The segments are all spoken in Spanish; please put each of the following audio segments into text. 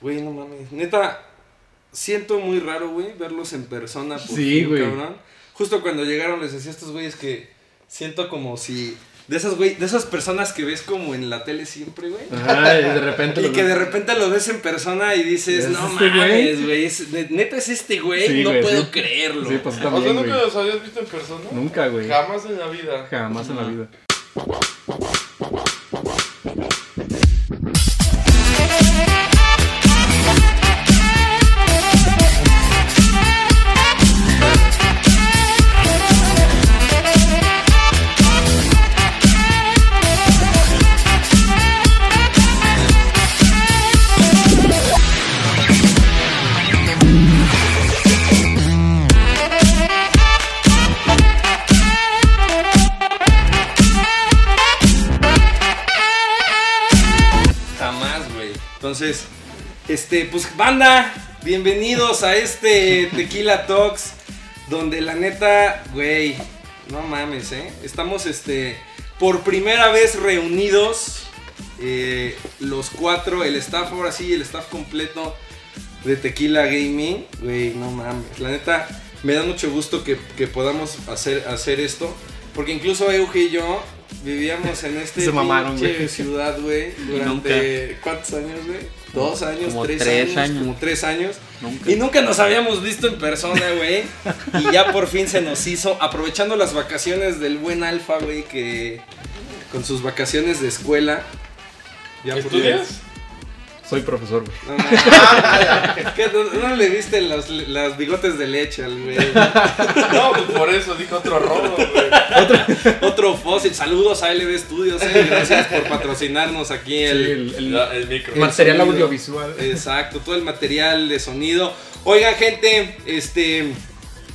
Güey, no mames. Neta, siento muy raro, güey, verlos en persona. por Sí, fin, güey. cabrón. Justo cuando llegaron les decía a estos güeyes que siento como si... De esas, güey, de esas personas que ves como en la tele siempre, güey. Ajá, y de repente. Y los- que de repente lo ves en persona y dices, ¿Es no este güey?" mames, güey, es- ne- neta es este güey, Sí, no güey, puedo sí. creerlo. Sí, pues O sea, también, ¿nunca güey. los habías visto en persona? Nunca, güey. Jamás en la vida. Jamás en la vida. Jamás, güey. Entonces, este, pues banda, bienvenidos a este Tequila Talks, donde la neta, güey, no mames, ¿eh? Estamos, este, por primera vez reunidos, eh, los cuatro, el staff ahora sí, el staff completo de Tequila Gaming, güey, no mames. La neta, me da mucho gusto que, que podamos hacer, hacer esto, porque incluso Euge y yo vivíamos en este Se mamaron, pinche güey. ciudad, güey, durante cuántos años, güey? Dos años, Como tres, tres años, años. como tres años. Nunca. Y nunca nos habíamos visto en persona, güey. y ya por fin se nos hizo, aprovechando las vacaciones del buen Alfa, güey, que con sus vacaciones de escuela. ya por ¿Estudias? Soy profesor, güey. No, mames. ¿Qué? ¿No- no le viste los, las bigotes de leche al güey. No, pues por eso dijo otro robo, güey. Otro fósil. Saludos a LB Studios. eh, Gracias por patrocinarnos aquí Sí, el, el, el- Ya, El micro. el Pues material sonido. audiovisual. Exacto, todo el material de sonido. Oigan, gente, este.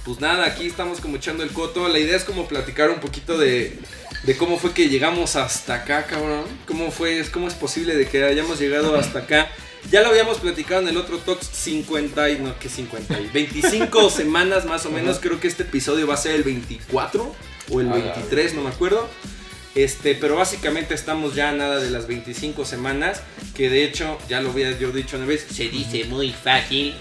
Pues nada, aquí estamos como echando el coto. La idea es como platicar un poquito de, de cómo fue que llegamos hasta acá, cabrón. ¿Cómo fue, es- cómo es posible de que hayamos llegado hasta acá? Ya lo habíamos platicado en el otro Tox 50 y no, que 50 y 25 semanas más o menos. Creo que este episodio va a ser el 24 o el Ah, 23, no me acuerdo. Este, pero básicamente estamos ya a nada de las 25 semanas, que de hecho, ya lo había yo dicho una vez, se dice muy fácil,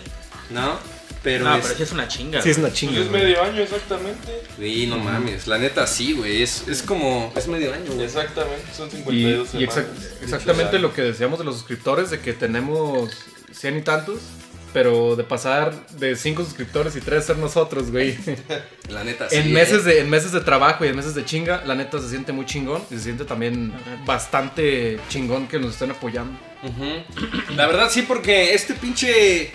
¿no? Pero, No, es- pero sí es una chinga. Sí, es güey. una Pues chinga. es güey. medio año exactamente. Sí, no mames, la neta sí, güey, es, es como, es medio año, güey. Exactamente, son Y, 52 y exac- semanas. exactamente lo que decíamos de los suscriptores, de que tenemos 100 y tantos, pero de pasar de 5 suscriptores y 3 ser nosotros, güey. La neta sí. eh. en, meses de, en meses de trabajo y en meses de chinga, la neta se siente muy chingón y se siente también bastante chingón que nos estén apoyando. Ujú. La verdad sí, porque este pinche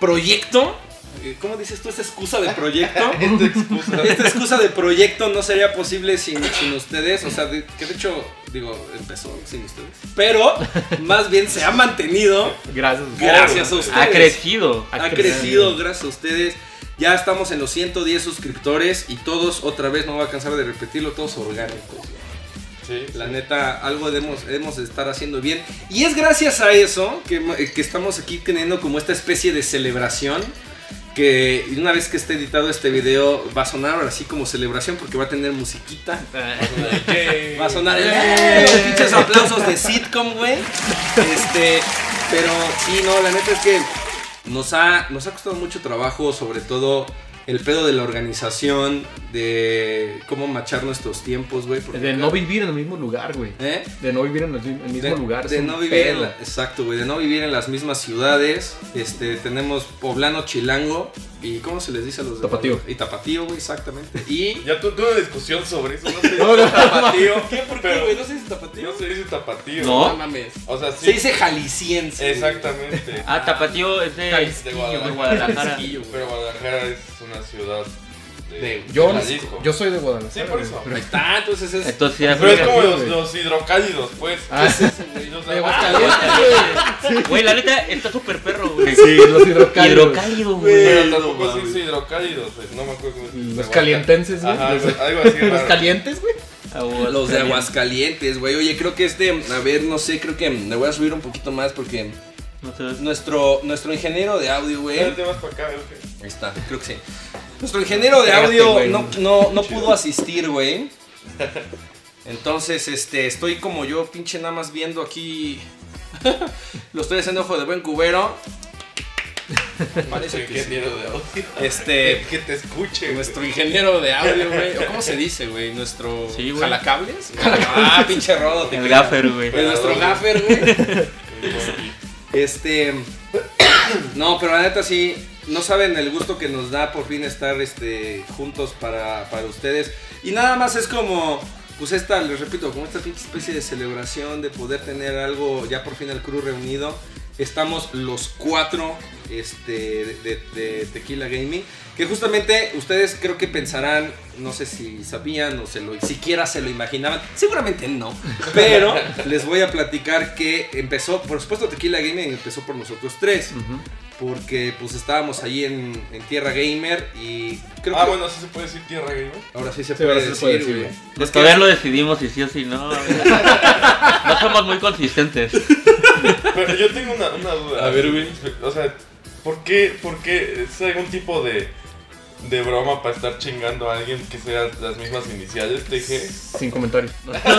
proyecto, eh, ¿cómo dices tú? Esta excusa de proyecto. Esta excusa. Esta excusa de proyecto no sería posible sin, sin ustedes, o sea, de- que de hecho, digo, empezó sin ustedes. Pero más bien se ha mantenido Gracias. gracias a ustedes. Ha crecido. Ha crecido gracias a ustedes. Ya estamos en los 110 suscriptores y todos, otra vez, no voy a cansar de repetirlo, todos orgánicos. güey. Sí, La neta, algo debemos, debemos de estar haciendo bien. Y es gracias a eso que, mo- que estamos aquí teniendo como esta especie de celebración. Que una vez que esté editado este video va a sonar ahora sí como celebración porque va a tener musiquita. Yay. Va a sonar el- los pinches aplausos de sitcom, güey. Este, pero sí, no, la neta es que nos ha, nos ha costado mucho trabajo, sobre todo el pedo de la organización, de cómo machar nuestros tiempos, güey. porque- De no vivir en el mismo lugar, güey. ¿Eh? De no vivir en el, mi- el mismo de, lugar. de es un no vivir en pedo. la- exacto, güey, de no vivir en las mismas ciudades. Este, tenemos poblano chilango y ¿cómo se les dice a los de Tapatío. Y tapatío, güey, exactamente. Y Ya tu- tuve una discusión sobre eso. No sé si No, no, es tapatío. pero No se dice tapatío. No se dice tapatío. No. mames. O sea, Se sí. dice jalisciense. güey. Exactamente. Ah, Tapatío es de, Jalisco, de Guadalajara. Guadalajara. Pero Guadalajara es una ciudad de, De- Yo, Jalisco. yo soy de Guadalajara. Sí, por güey, eso. pero- Ahí está, entonces es. Entonces ya Pero es fue. como los, güey. los hidrocálidos, pues. Ah, Ellos de ah, Aguascalientes, Güey, la neta está súper perro, güey. Sí, los hidrocálidos. Hidrocálido, Güey. güey. Pero no tampoco se mames. dice hidrocálidos, pues, No me acuerdo cómo se dice. Los calientenses, güey. Ajá, Los- algo así. Los raro. calientes, güey. Los de Aguascalientes, güey. Oye, creo que este, a ver, no sé, creo que le voy a subir un poquito más porque No te ves. nuestro, nuestro ingeniero de audio, güey. Ahí Espérate más para acá, Euge. está, creo que sí. Nuestro ingeniero de Pegaste, audio güey. no, no, no pudo asistir, güey. Entonces, este, estoy como yo, pinche nada más viendo aquí Lo estoy haciendo ojo de buen cubero. Parece que sí. Ingeniero de audio. Eh, Este, Que te escuche. nuestro ingeniero de audio, güey. ¿O ¿Cómo se dice, güey? Nuestro Sí, güey. jalacables. Ah, pinche rodo. te El creo. gaffer, güey. El nuestro gaffer, güey. Este. no, pero la neta sí. No saben el gusto que nos da por fin estar este, juntos para, para ustedes. Y nada más es como. Pues esta, les repito, como esta pinche especie de celebración de poder tener algo ya por fin el crew reunido. Estamos los cuatro este, de, de Tequila Gaming. Que justamente ustedes creo que pensarán, no sé si sabían o se lo, siquiera se lo imaginaban, seguramente no, pero les voy a platicar que empezó, por supuesto Tequila Gaming empezó por nosotros tres, porque pues estábamos ahí en, en Tierra Gamer y creo Ah, que bueno, sí se puede decir tierra, güey. ¿no? ahora sí se Sí, puede ahora sí se decir, puede decir, güey. güey. Pues Es que- Pues Todavía no decidimos si sí o si no. No somos muy consistentes. Pero yo tengo una, una duda. A ver, güey. O sea, ¿por qué, por qué es algún tipo de, de broma para estar chingando a alguien que sea las mismas iniciales? Te dije. Sin comentario.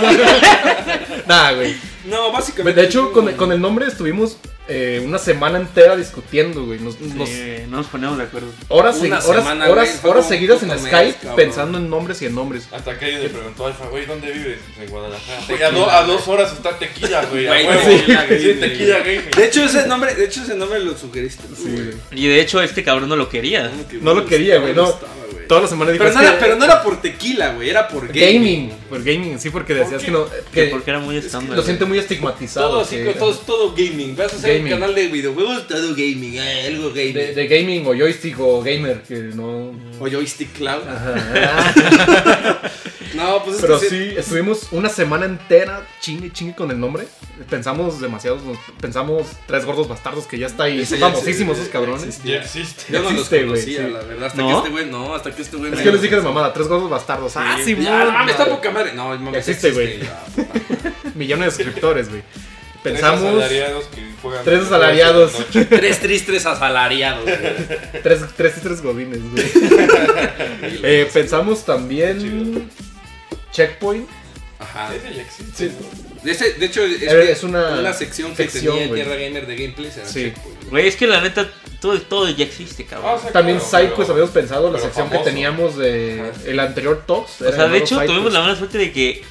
Nada, güey. No, básicamente... De hecho, con, el- con el nombre estuvimos eh, una semana entera discutiendo, güey. Nos, nos- Sí, no nos ponemos de acuerdo. horas Una segui- horas, semana, horas- güey, fue horas como seguidas en puto mes, Skype cabrón. pensando en nombres y en nombres. Hasta que alguien le preguntó a Alfa, güey, ¿dónde vives? Pues, En Guadalajara. Y a, do- a dos horas está tequila, güey. a Güey, huevo. sí. Sí, tequila, güey. De hecho, ese nombre, de hecho, ese nombre lo sugeriste. tú, Sí, güey. Y de hecho, este cabrón no lo quería. Mm, No lo quería, güey, no. estaba, güey. Toda la semana dijo, Pero "Es no, que- era, pero no era por tequila, güey, era por gaming. gaming. Por gaming, sí, porque decías que no. Que que porque era muy estándar. lo siento güey. muy estigmatizado. Todo, así, que- con todo, todo gaming. Vas a hacer un Gaming. canal de videojuegos, todo gaming, eh, algo gaming. de, de gaming o joystick o gamer, que no. O joystick cloud. Ah, Ajá. No, pues es Ah. Pero que sí, estuvimos una semana entera chingue, chingue con el nombre. Pensamos demasiados, nos- pensamos tres gordos bastardos que ya está ahí. Ese Son ya famosísimos existe, esos cabrones. Ya existe. Yo no los existe, güey, conocía, sí. la verdad. Hasta ¿No? que este güey, no, hasta que este güey Es me- que les dije de mamada, tres gordos bastardos. Ah, sí, Ya, no, mames, está poca madre. No, mames, este Existe, güey. ya, puta madre. Millones de suscriptores, güey. Tres Pensamos asalariados que juegan. Tres asalariados. Noche. tres tristes asalariados, güey. tres, tres y tres godines, güey. Eh, pensamos también Checkpoint. Ajá. Ese ya existe. ¿no? De, ese- de hecho, es, Eh, que es una sección que sección, tenía en güey. Tierra Gamer de gameplays. era Sí. Checkpoint, güey. Güey, es que la neta, todo, todo ya existe, Ah, o cabrón. sea, También claro, Psychos pero- habíamos pensado la pero sección famoso. que teníamos de Ajá. el anterior Talks. O sea, de hecho, pues. tuvimos la mala suerte de que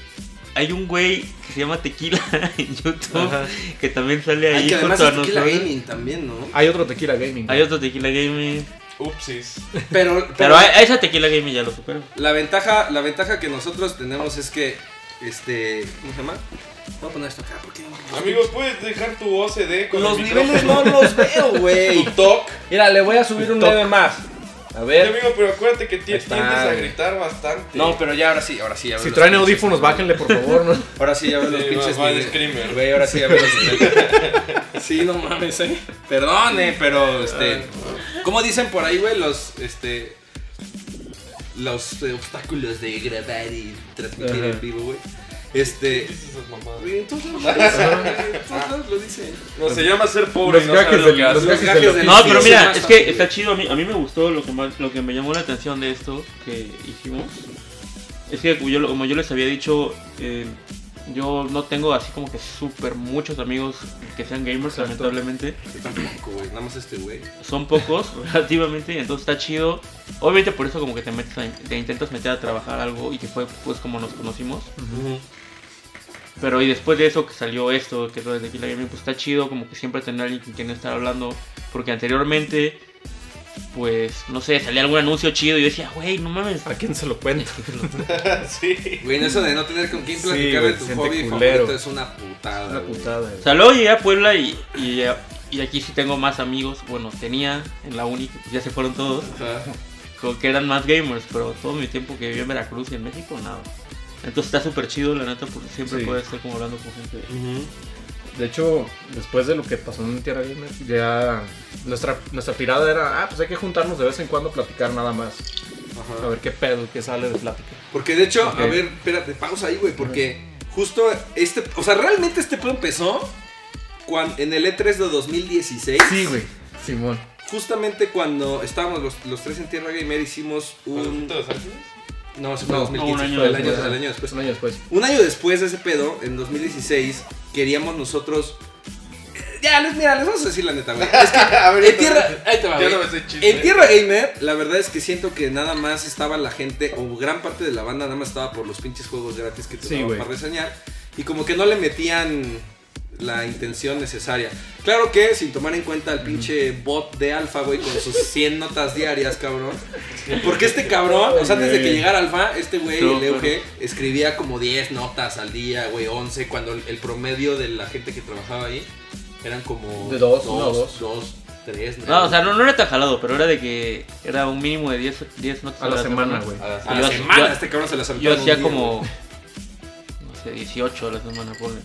hay un güey que se llama Tequila en YouTube que también sale Ay, ahí que además junto a es tequila nosotros. gaming también, ¿no? Hay otro Tequila Gaming. Hay otro Tequila Gaming. Upsis. Pero, pero, Pero a, a esa Tequila Gaming ya lo supero. la, ventaja, la ventaja que nosotros tenemos es que, este, ¿cómo se llama? Voy a poner esto acá porque... Amigos, puedes dejar tu OCD con Los el niveles micrófono? no los veo, güey. Tu TOC. Mira, le voy a subir un 9 más. A Sí, ver. amigo, pero acuérdate que ti- Ahí está, tiendes a güey. gritar bastante. No, pero ya ahora sí, ahora sí. ya veo Si los traen pinches- audífonos, bájenle, por favor. ¿no? Ahora sí ya veo los Sí, pinches. va- va de niveles. screamer. Güey, ahora sí ya veo los niveles. Sí, no mames, eh. Perdone, pero este. ¿Cómo dicen por ahí, güey? Los. Este. Los eh, obstáculos de grabar y transmitir Ajá. en vivo, güey. Este. ¿Qué dices esas mamadas? Güey, entonces lo dicen. Entonces lo dicen. No, se llama ser pobre Los y no saber gajes lo del- que haces. los Los gajes gajes del del No, oficio. pero Sí, mira, más es que fácil, está güey. chido. A mí, a mí me gustó lo que, más- lo que me llamó la atención de esto que hicimos. Es que como yo, lo- como yo les había dicho, eh, yo no tengo así como que súper muchos amigos que sean gamers, Exacto. lamentablemente. Yo tampoco, güey. Nada más este, güey. Son pocos, relativamente, entonces está chido. Obviamente por eso como que te metes a- te intentas meter a trabajar algo y que fue pues como nos conocimos. Pero y después de eso que salió esto, que todo desde aquí la gaming, pues está chido como que siempre tener alguien con quien estar hablando. Porque anteriormente, pues, no sé, salía algún anuncio chido y yo decía, güey, no mames. ¿A quién se lo cuento? Sí. Güey, eso de no tener con quién Sí, platicar de güey, tu gente hobby culero. favorito es una putada. Una güey. putada. O sea, luego llegué a Puebla y, y, y aquí sí tengo más amigos, bueno, tenía en la uni, que ya se fueron todos, Ajá. como que eran más gamers, pero todo mi tiempo que viví en Veracruz y en México, nada. Entonces está súper chido, la neta, porque siempre Sí. puedes estar como hablando con gente. De hecho, después de lo que pasó en Tierra Gamer, ya nuestra, nuestra tirada era, ah, pues hay que juntarnos de vez en cuando a platicar nada más. Ajá. A ver qué pedo, qué sale de plática. Porque de hecho, Ok. a ver, espérate, pausa ahí, güey, porque justo este, o sea, realmente este pedo empezó cuan- en el E3 de 2016. Sí, güey. Simón. Justamente cuando estábamos los, los tres en Tierra Gamer hicimos un... ¿Te los ángeles? No, eso fue No, 2015, un año fue el después, año, ajá. el año después. Pues un año después. Un año después de ese pedo, en 2016, queríamos nosotros eh, ya, les, mira, les vamos a decir la neta, güey. Es que A ver, en yo tierra, no- ahí te va, yo güey. no me sé chisme. En Tierra Gamer, la verdad es que siento que nada más estaba la gente, o gran parte de la banda nada más estaba por los pinches juegos gratis que te Sí, daban güey. para reseñar. Y como que no le metían la intención necesaria. Claro que sin tomar en cuenta al pinche bot de Alfa, güey, con sus 100 notas diarias, cabrón. Porque este cabrón, o sea, antes de que Güey. llegara Alfa, este güey, No, el EUG, claro. escribía como 10 notas al día, güey, 11, cuando el, el promedio de la gente que trabajaba ahí eran como... De dos, uno o dos, dos, tres, No, o sea, no, no era tan jalado, pero era de que era un mínimo de 10, 10 notas A la semana, güey. A las- A Yo la hacía- semana, yo- este cabrón se las aventaba en un Yo hacía día, güey. como, no sé, 18 a la semana, ponle.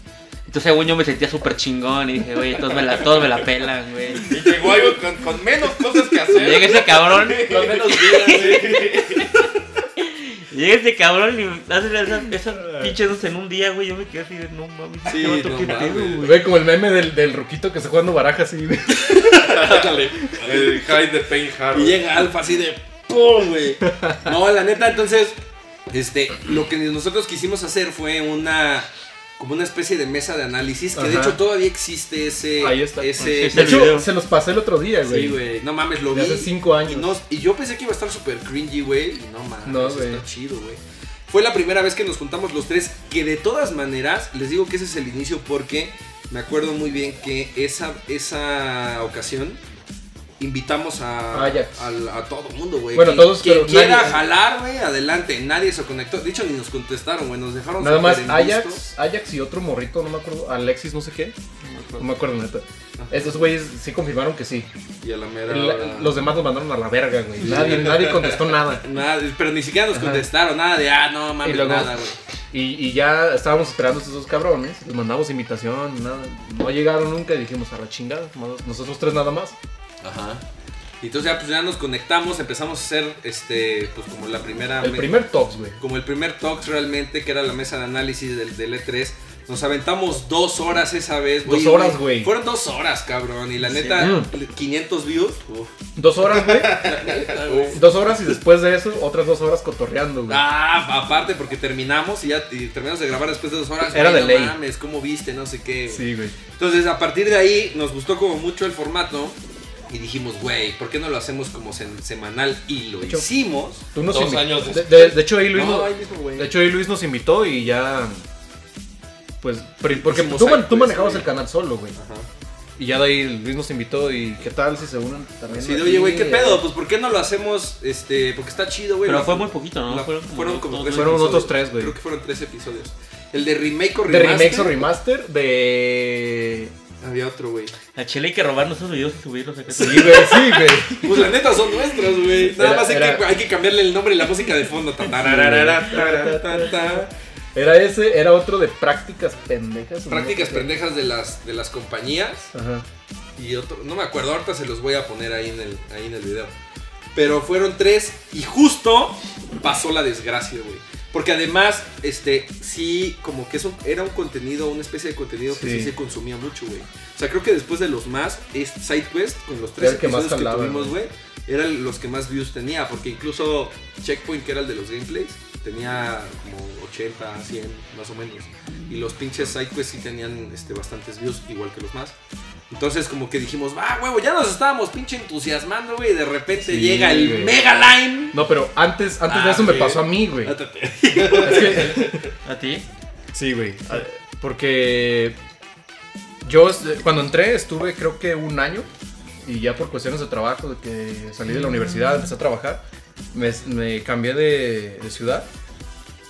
Entonces, según yo me sentía súper chingón y dije, güey, todos me la, todos me la pelan, güey. Y llegó algo con, con menos cosas que hacer. Llega ese cabrón, Con menos llega ese cabrón y hace esas, esas pinches dos en un día, güey. Yo me quedé así de, no mames, Sí, este vato, no qué mames. pedo, güey. Güey, como el meme del, del ruquito que está jugando barajas así, güey. Ándale. El high de Pain Hard. Y llega Alfa así de ¡pum, güey! No, la neta, entonces, este, lo que nosotros quisimos hacer fue una. Como una especie de mesa de análisis, que de Ajá. hecho todavía existe ese. Ahí está. Ese, Sí, De sí, video. hecho, se los pasé el otro día, güey. sí, güey. No mames, lo De vi. hace cinco años. Y, no- y yo pensé que iba a estar súper cringy, güey. Y no mames, No, güey. está chido, güey. Fue la primera vez que nos juntamos los tres, que de todas maneras, les digo que ese es el inicio porque me acuerdo muy bien que esa, esa ocasión invitamos a, Ajax. al- a todo mundo, güey. Ah, Bueno, Que- todos, que pero quiera nadie- jalar, güey, adelante. Nadie se conectó. De hecho, ni nos contestaron, güey. Nos dejaron Nada más súper en visto. Ajax, Ajax y otro morrito, no me acuerdo, Alexis no sé qué, no me acuerdo neta. Estos güeyes sí confirmaron que sí. Y a la mera La- hora- los demás los mandaron a la verga, güey. Nadie, nadie contestó nada. Nada, pero ni siquiera nos Ajá. contestaron. Nada de, ah, no mames, Y luego- nada, güey. Y, y ya estábamos esperando a esos dos cabrones, les mandamos invitación, nada, no llegaron nunca y dijimos a la chingada, no- nosotros tres nada más. Ajá. Y entonces ya pues ya nos conectamos, empezamos a hacer este pues como la primera El primer Tox, güey. como el primer talks realmente que era la mesa de análisis del, del E3. Nos aventamos dos horas esa vez. Dos horas, güey. Fueron dos horas, cabrón. Y la Sí. neta, Mm. 500 views. uf. Dos horas, güey. dos horas y después de eso, otras dos horas cotorreando, güey. Ah, aparte porque terminamos y ya y terminamos de grabar después de dos horas. Era güey, de no ley. mames, ¿cómo viste? No sé qué. Sí, güey. Entonces, a partir de ahí, nos gustó como mucho el formato. Y dijimos, güey, ¿por qué no lo hacemos como sem- semanal? Y lo Yo- hicimos. Tú nos Dos invi- años de, después. de- de hecho, ahí Luis No, nos- ahí mismo, güey. de hecho, ahí Luis nos invitó y ya. Pues, pri- porque Hicimos tú, man- algo, tú pues, manejabas güey. el canal solo, güey. Ajá. Y ya de ahí Luis nos invitó y ¿qué tal si se unen también? Sí, de, aquí? oye, güey, ¿qué eh". pedo? Pues, ¿por qué no lo hacemos? Este, porque está chido, güey. Pero La- fue muy poquito, ¿no? la- Fueron como dos- dos- tres Fueron episodios. otros tres, güey. Creo que fueron tres episodios. El de remake o De remaster. remakes o remaster, de... Había otro, güey. A Chile hay que robarnos esos videos y subirlos acá. Sí, güey, sí, güey. Pues la neta son nuestros, güey. Nada Era- más hay, era- que, hay que cambiarle el nombre y la música de fondo. Tarararara, tararata. Era ese, era otro de prácticas pendejas. ¿no? Prácticas pendejas de las, de las compañías. Ajá. y otro, no me acuerdo, ahorita se los voy a poner ahí en el, ahí en el video. Pero fueron tres y justo pasó la desgracia, güey. Porque además, este, sí, como que eso era un contenido, una especie de contenido que sí Sí. se consumía mucho, güey. O sea, creo que después de los más, es SideQuest, con los tres Era el que más episodios que, jalaba, tuvimos, ¿no? güey, eran los que más views tenía. Porque incluso Checkpoint, que era el de los gameplays, tenía como 80, 100, más o menos. Y los pinches SideQuest sí tenían este, bastantes views, igual que los más. Entonces como que dijimos, va, huevo, ya nos estábamos pinche entusiasmando, güey, y de repente Sí, llega el güey. Mega Line. No, pero antes, antes Ah, de eso sí. Ah, me pasó a mí, güey. Átate. Es que ¿A ti? Sí, güey. A- Porque yo est- cuando entré estuve creo que un año y ya por cuestiones de trabajo, de que salí de la universidad, empecé a trabajar, me, me cambié de, de ciudad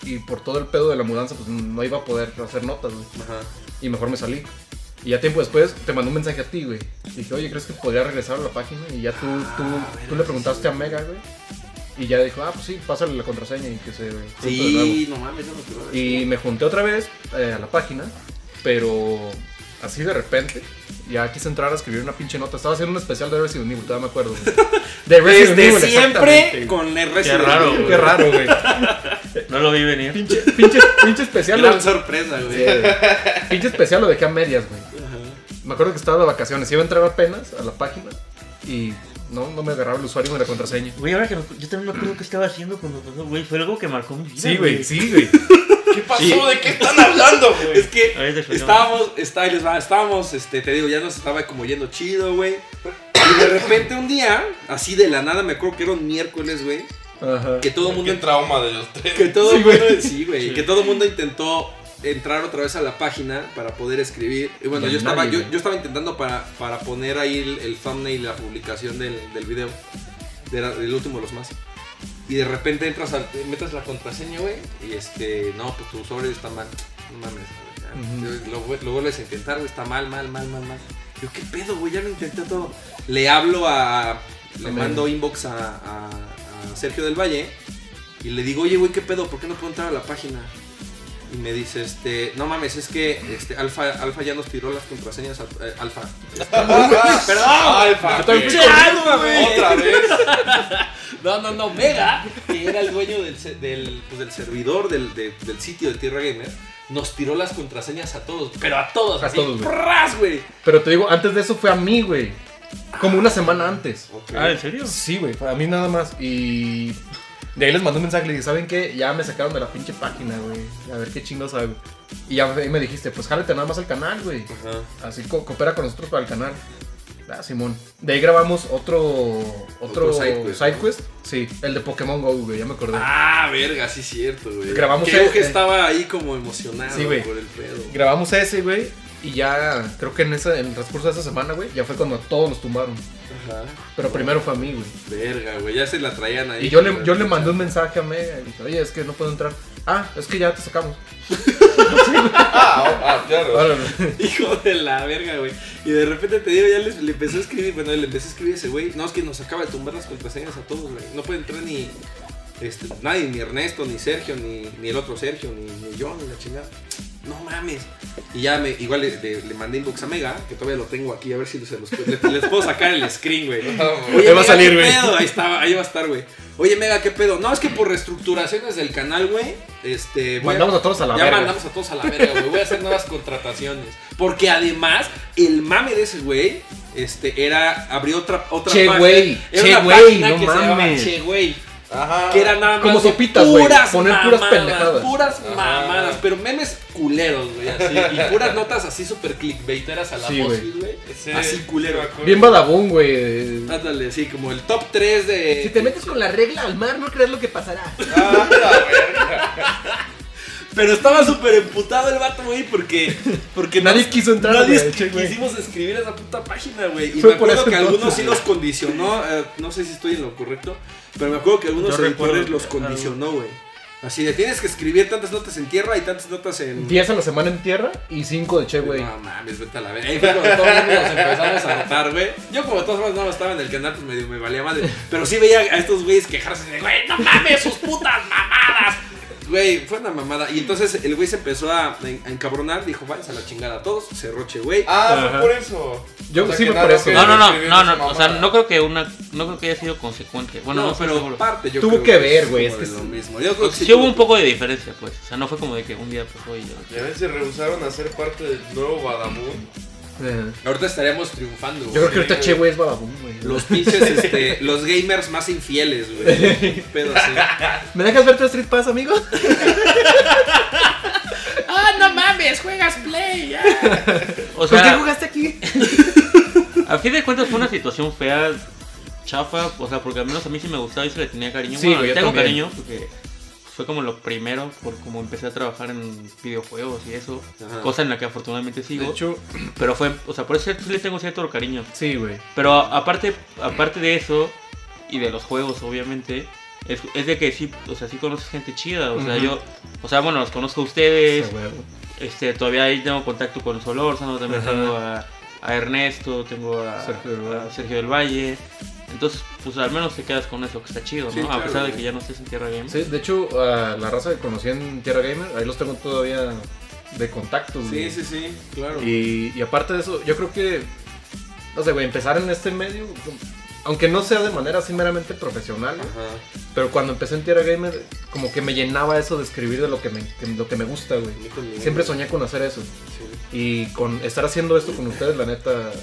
y por todo el pedo de la mudanza pues no iba a poder hacer notas, güey. Ajá. Y mejor me salí. Y ya tiempo después te mandó un mensaje a ti, güey. Dije, oye, ¿crees que podría regresar a la página? Y ya tú, tú, tú le preguntaste a Mega, güey. Y ya dijo, ah, pues sí, pásale la contraseña y que se... junte de nuevo. Sí, no mames, no me acuerdo. Y me junté otra vez eh, a la página, pero así de repente, ya quise entrar a escribir una pinche nota. Estaba haciendo un especial de Resident Evil, todavía me acuerdo. güey. De Desde exactamente, siempre güey. con el Resident raro, Evil. güey. Qué raro, güey. No lo vi venir. Pinche, pinche, pinche especial. Gran lo- sorpresa, Sí, güey. güey. pinche especial lo dejé a medias, güey. Me acuerdo que estaba de vacaciones, iba a entrar apenas a la página y no, no me agarraba el usuario ni la contraseña. Güey, ahora que me- yo también me acuerdo qué estaba haciendo cuando pasó, güey. Fue algo que marcó mi vida. Sí, güey, sí, güey. ¿Qué pasó? ¿De qué están hablando, güey? Es que A ver, desayunamos. estábamos, está, ahí les va, estábamos, este, te digo, ya nos estaba como yendo chido, güey. Y de repente un día, así de la nada, me acuerdo que era un miércoles, güey, Ajá. que todo el mundo Qué trauma de los tres. que todo Sí, el güey. mundo, sí, güey, Sí. que todo mundo intentó entrar otra vez a la página para poder escribir. Y bueno, Y yo estaba, nadie, yo, güey. yo estaba intentando para, para poner ahí el, el thumbnail, la publicación del, del video, del, del último de los más. Y de repente entras, al, metes la contraseña, güey, y este, no, pues tu sobre está mal. No mames, güey, ya. Yo lo, vu- lo vuelves a intentar, güey, está mal, mal, mal, mal, mal. Yo, ¿qué pedo, güey? Ya lo intenté todo. Le hablo a. Le Hombre. mando inbox a, a- a Sergio del Valle y le digo, oye, güey, ¿qué pedo? ¿Por qué no puedo entrar a la página? Y me dice, este, no mames, es que este, Alfa, Alfa ya nos tiró las contraseñas. al- eh, Alfa. Perdón, Alfa. Yo también fui Alfa, güey. Otra vez. No, no, no, Mega, que era el dueño del, se- del, pues, del servidor del, de- del sitio de Tierra Gamer, nos tiró las contraseñas a todos, pero a todos, A así, todos, güey. ¡pras, güey! Pero te digo, antes de eso fue a mí, güey. Como una semana antes. Ah, ¿en serio? Sí, güey, a mí nada más. Y de ahí les mandé un mensaje y le dije, ¿saben qué? Ya me sacaron de la pinche página, güey. A ver qué chingos hago. Y ya ahí me dijiste, pues jálate nada más al canal, güey. Así co- coopera con nosotros para el canal. Ah, Simón. De ahí grabamos otro. Otro, Otro side side, quest, quest, ¿no? Sí, el de Pokémon Go, güey, ya me acordé. Ah, verga, sí es cierto, güey. Grabamos Creo el- que eh. estaba ahí como emocionado Sí, güey. por el pedo. Grabamos ese, güey. Y ya, creo que en, esa, en el transcurso de esa semana, güey, ya fue cuando a todos los tumbaron. Ajá. Pero primero fue a mí, güey. Verga, güey, ya se la traían ahí. Y yo le, yo le mandé un mensaje a Mega y dije, oye, es que no puedo entrar. Ah, es que ya te sacamos. Ah, oh, ah, claro. Órale. Hijo de la verga, güey. Y de repente te digo, ya les- le empezó a escribir, bueno, le empecé a escribir a ese güey. No, es que nos acaba de tumbar las contraseñas a todos, güey. No puede entrar ni este, nadie, ni Ernesto, ni Sergio, ni, ni el otro Sergio, ni, ni yo, ni la chingada. No mames. Y ya me, igual le, le- le mandé inbox a Mega, que todavía lo tengo aquí, a ver si se los, pu- le- les puedo sacar el screen, güey. Vamos. Oye, Ahí va a Mega, salir, ¿qué güey. pedo? Ahí estaba, ahí va a estar, güey. Oye, Mega, ¿qué pedo? No, es que por reestructuraciones del canal, güey, este... voy a- Mandamos a todos a la ya verga. mandamos a todos a la verga, güey. Voy a hacer nuevas contrataciones. Porque además, el mame de ese güey, este, era, abrió otra, otra Che, página. güey. Era Che, una güey, página no que se llamaba mames. Che, güey. Ajá. Que era nada más. Como de sopitas, güey. Poner puras mamadas, pendejadas. Puras Ajá. mamadas, pero memes culeros, güey, así. Y puras notas así súper clickbaiteras a la Sí, voz, güey. güey. Ese- Así culero. Ah, Bien badabun, güey. Ándale, así como el top 3 de. con la regla al mar, no crees lo que pasará. Ah, la verga. Pero estaba súper emputado el vato, güey, porque. Porque Que nadie quiso entrar, Nadie güey, es- che, güey. quisimos escribir esa puta página, güey. Y Fue me por acuerdo eso que entonces. algunos sí los condicionó. eh, no sé si estoy en lo correcto. Pero me acuerdo que algunos Yo editores recuerdo los algo. condicionó, güey. Así de tienes que escribir tantas notas en tierra y tantas notas en. 10 a la semana en tierra y 5 de che, güey. No mames, vete a la verga. Ahí fue cuando todos nos empezamos a notar, güey. Yo, como de todas formas, no estaba en el canal, pues medio me valía madre. Pero sí veía a estos güeyes quejarse de, güey, no mames, sus putas mamadas. Güey, fue una mamada. Y entonces el güey se empezó a, a encabronar. Dijo, váyanse a la chingada a todos. Cerroche, güey. Ah, fue Ajá. por eso. Yo O sea, sí que me nada por eso. que No, no, no, escribir no, esa no, o sea, mamada. no creo que una, no creo que haya sido consecuente. Bueno, no, no, estoy pero seguro. parte yo Tuvo creo que ver, es güey, como de es que lo es- mismo. Yo creo O que sea, sí hubo un poco de diferencia, pues. O sea, no fue como de que un día pues hoy. Ya ves, se rehusaron a ser parte del nuevo Badamón. Eh, Ahorita estaríamos triunfando, Yo güey. creo que ahorita che, güey, es badabun, güey. Los pinches, este, los gamers más infieles, güey. Un Pedo así. ¿Me dejas ver tu Street Pass, amigo? Pues O sea, jugaste aquí? a fin de cuentas fue una situación fea, chafa, o sea, porque al menos a mí sí me gustaba y se le tenía cariño. Sí, bueno, güey, le yo tengo también. cariño porque fue como lo primero por como empecé a trabajar en videojuegos y eso, Ajá. cosa en la que afortunadamente De sigo, hecho, pero fue, o sea, por eso sí le tengo cierto cariño. sí, güey. Pero a- aparte, aparte de eso, y de los juegos, obviamente, es, es de que sí, o sea, sí conoces gente chida. O sea, Ujú. yo, o sea, bueno, los conozco a ustedes. Ese huevo. Este, todavía ahí tengo contacto con Solórzano, también Ajá. tengo a, a Ernesto, tengo a a Sergio del Sergio, Valle. del Valle. Entonces, pues al menos te quedas con eso, que está chido, ¿no? Sí, a claro, pesar de güey. que ya no estés en Tierra Game. Sí, de hecho, a la raza que conocí en Tierra Gamer, ahí los tengo todavía de contacto, Sí, sí, sí, claro. Y, y aparte de eso, yo creo que, no sé, güey, empezar en este medio, aunque no sea de manera así meramente profesional, Ajá. pero cuando empecé en Tierra Gamer, como que me llenaba eso de escribir de lo que me, que- lo que me gusta, güey. Ni conmigo, Siempre güey. soñé con hacer eso. Sí. Y con estar haciendo esto con ustedes, la neta,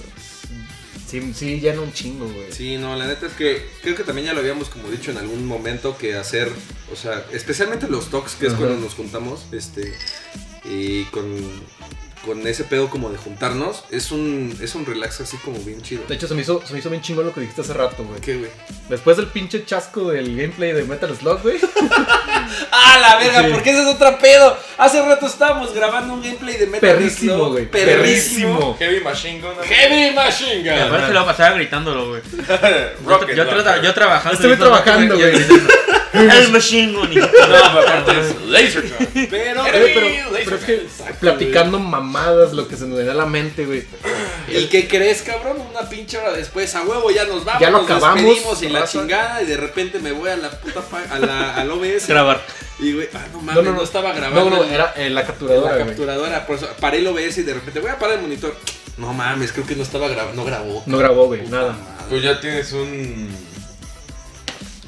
Sí, sí, ya no un chingo, güey. Sí, no, la neta es que creo que también ya lo habíamos como dicho en algún momento que hacer, o sea, especialmente los talks, que es Ajá. cuando nos juntamos, este, y con, con ese pedo como de juntarnos, es un, es un relax así como bien chido. De hecho, se me hizo, se me hizo bien chingón lo que dijiste hace rato, güey. ¿Qué, güey? Después del pinche chasco del gameplay de Metal Slug, güey. ¡Ah, la verga! Sí. Porque ese es otro pedo. Hace rato estábamos grabando un gameplay de Metal Perrísimo, Slug, güey. Perrísimo. Perrísimo. Oh. Heavy Machine Gun. Heavy Machine Y Gun. aparte se lo pasaba gritándolo, güey. Yo, Rocket yo, Launcher. tra- yo trabajando. Estoy y todo, trabajando, yo- güey. El machine gun. y- No, pero aparte es Laser Gun. Pero, Oye, eh, pero, Laser pero es que platicando mamadas, lo que se nos viene a la mente, güey. ¿y qué crees, cabrón? Una pinche hora después, a huevo, ya nos vamos. Ya lo nos acabamos, despedimos y la raza. chingada y de repente me voy a la puta, pa- a la, al OBS. Grabar. Y güey, ah, no mames, no, estaba grabando. No, no, el- era eh, la capturadora, la güey. capturadora. Por eso, paré el OBS y de repente voy a parar el monitor. No mames, creo que no estaba grabando, no grabó. No grabó, güey, Puta nada. madre. Pues ya tienes un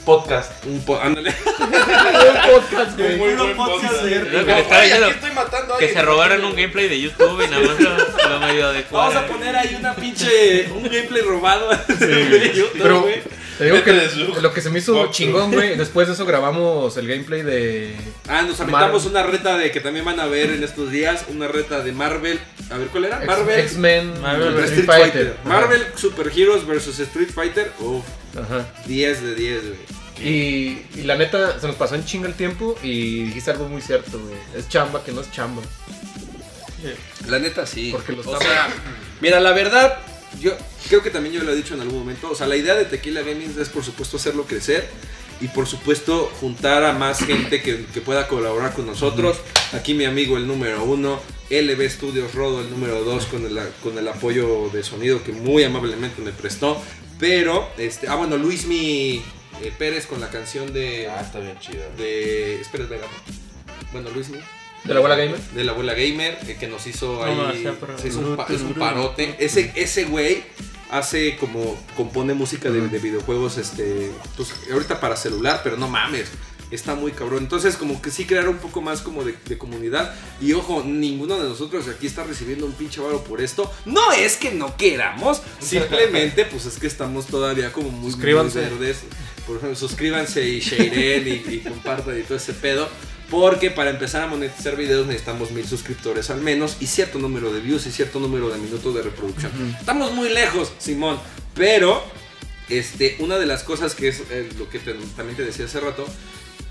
podcast. Un po- ándale. Un podcast, güey. muy buen podcast. Lo que le estaba Ay, diciendo, aquí estoy matando a Que alguien. se robaron un gameplay de YouTube y nada más lo, lo medio de Vamos a poner ahí una pinche. un gameplay robado de YouTube, Pero güey. te digo Vete que de su- lo que se me hizo Box, chingón, güey. Después de eso grabamos el gameplay de. Ah, nos aventamos una reta de que también van a ver en estos días. Una reta de Marvel. A ver, ¿cuál era? X- Marvel. X-Men Marvel Street Street Fighter. Fighter. Ajá. Marvel Super Heroes vs Street Fighter. Uf, Ajá. 10 de 10, güey. Y, y la neta, se nos pasó en chinga el tiempo y dijiste algo muy cierto, güey. Es chamba que no es chamba. La neta sí. Porque lo o estamos- sea, mira, la verdad, yo creo que también yo lo he dicho en algún momento. O sea, la idea de Tequila Gaming es por supuesto hacerlo crecer y por supuesto juntar a más gente que, que pueda colaborar con nosotros. Aquí mi amigo el número uno, LB Studios Rodo el número dos con el, con el apoyo de sonido que muy amablemente me prestó. Pero, este, ah bueno, Luismi eh, Pérez con la canción de... Ah, está bien chido. de Espérate, venga. Bueno, Luismi ¿De la bola gamer? de la abuela gamer eh, que nos hizo ahí No, o sea, pero- se hizo un pa- es un parote ese ese güey hace como compone música de, de videojuegos este pues ahorita para celular pero no mames está muy cabrón entonces como que sí crear un poco más como de, de comunidad y ojo ninguno de nosotros aquí está recibiendo un pinche varo por esto no es que no queramos simplemente pues es que estamos todavía como muy muy Suscríbanse. verdes por ejemplo, suscríbanse y sharen y, y compartan y todo ese pedo. Porque para empezar a monetizar videos necesitamos mil suscriptores al menos y cierto número de views y cierto número de minutos de reproducción. Estamos muy lejos, Simón. Pero, este, una de las cosas que es eh, lo que te- también te decía hace rato,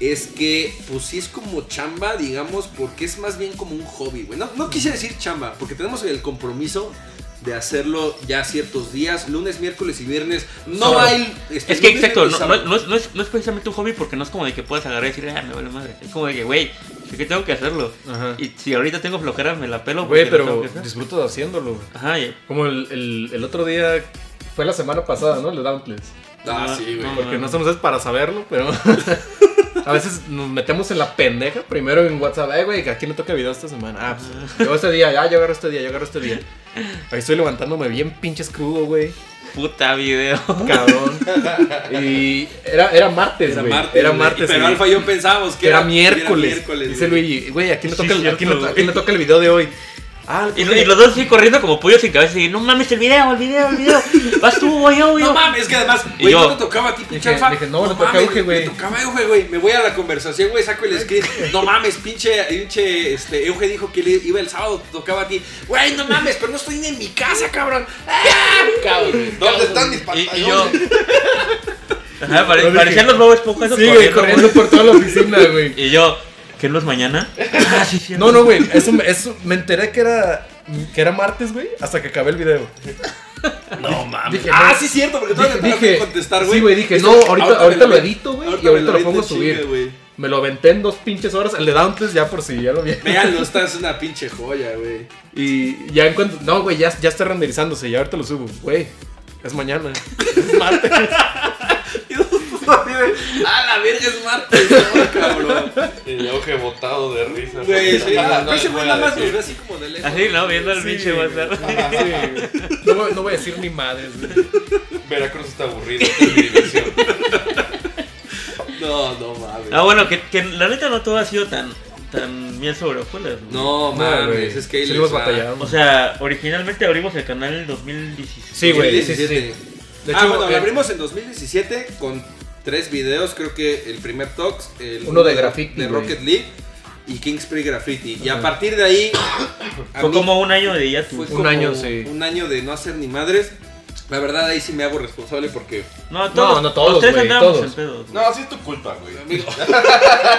es que, pues sí es como chamba, digamos, porque es más bien como un hobby, güey. No, no quise decir chamba, porque tenemos el compromiso de hacerlo ya ciertos días, lunes, miércoles y viernes. No Sábado. hay. este, Es que lunes, exacto, miércoles, no, sábado. no- no es, no es- no es precisamente un hobby porque no es como de que puedas agarrar y decir, ah, me vale madre. Es como de que, güey, ¿por qué tengo que hacerlo? Ajá. Y si ahorita tengo flojera, me la pelo. Güey, porque lo tengo pero que hacer. disfruto de haciéndolo, güey. Ajá, y- Como el, el, el otro día, fue la semana pasada, ¿no? El de Dauntless. Ah, no, sí, güey. no, Porque no, no somos es para saberlo, pero. A veces nos metemos en la pendeja primero en WhatsApp. Eh, güey, ¿a quién le toca video esta semana? Ah, pues, yo este día, ya, yo agarro este día, yo agarro este día. Ahí estoy levantándome bien pinches crudo, güey. Puta video. Cabrón. Y era, era martes, Era güey. martes. Era güey. martes. Pero güey. Alfa y yo pensábamos que Que era, era, miércoles. era miércoles, Dice güey. Luigi, güey, ¿a quién le Sí, toca, el- a cierto, quién le to- a güey. quién le toca el video de hoy? Ah, Y, lo- y los dos sí corriendo como pollos sin cabeza y no mames el video, el video, el video. Vas tú, voy yo, voy yo. No mames, es que además, Y güey, no yo- te tocaba a ti, pinche Dije- alfa. dije, no, le toca a Euge, güey. Me tocaba a Euge, güey. Me voy a la conversación, güey, saco el script. No mames, pinche, pinche, este, Euge dijo que le iba el sábado, te tocaba a ti. Güey, no mames, pero no estoy ni en mi casa, cabrón. ¡Ah, cabrón! ¿Dónde están mis Y, pantallones? y yo. Ajá, pare- Yo dije- parecían los nuevos esponjas Sí, güey, corriendo por toda la oficina, güey. Y yo, ¿qué no es mañana? Ah, sí, sí. No, no, güey. Eso, eso, me enteré que era, que era martes, güey, hasta que acabé el video. No mames. Dije, ah, no. sí, cierto, porque todavía Dije, te dije, dije- contestar, güey. sí, güey, dije, Esto- no, ahorita- me ahorita lo ve- edito, güey, y me ahorita lo ve pongo a en chinga, subir. güey. Me lo aventé en dos pinches horas. El de Dauntless ya por si ya lo vi. Véanlo, esta es una pinche joya, güey. Y ya en cuanto. No, güey, ya, ya está renderizándose. Ya ahorita lo subo. Güey, es mañana. Y nosotros así de, ah, la verga es martes, no, cabrón. El ojo botado de risa. Güey, sí, Ah, pero ese güey les voy a nada más nos decir. ve así como de lejos. Así, ¿no? Viendo al Sí, pinche güey. WhatsApp. Sí, güey. no, voy- no voy a decir ni madres, güey. Veracruz está aburrido. esta es mi diversión. No, no mames. Ah, bueno, que, que la neta no todo ha sido tan, tan miel sobre hojuelas, güey. No, No, mames, güey. es que ahí Seguimos les va. batallando. O sea, originalmente abrimos el canal en 2016. Sí, güey, sí, sí, 2017. sí. De ah, hecho, bueno, eh, lo abrimos en 2017 con tres videos, creo que el primer Talks, el Uno de graffiti, de güey. Rocket League y Kingsbury Graffiti. Y a Ajá. partir de ahí a Fue mí como un año de ya fue un como año, sí. un año de no hacer ni madres. La verdad ahí sí me hago responsable porque No, todos, no todos, los tres güey, andábamos todos. en pedos. No, así es tu culpa, güey.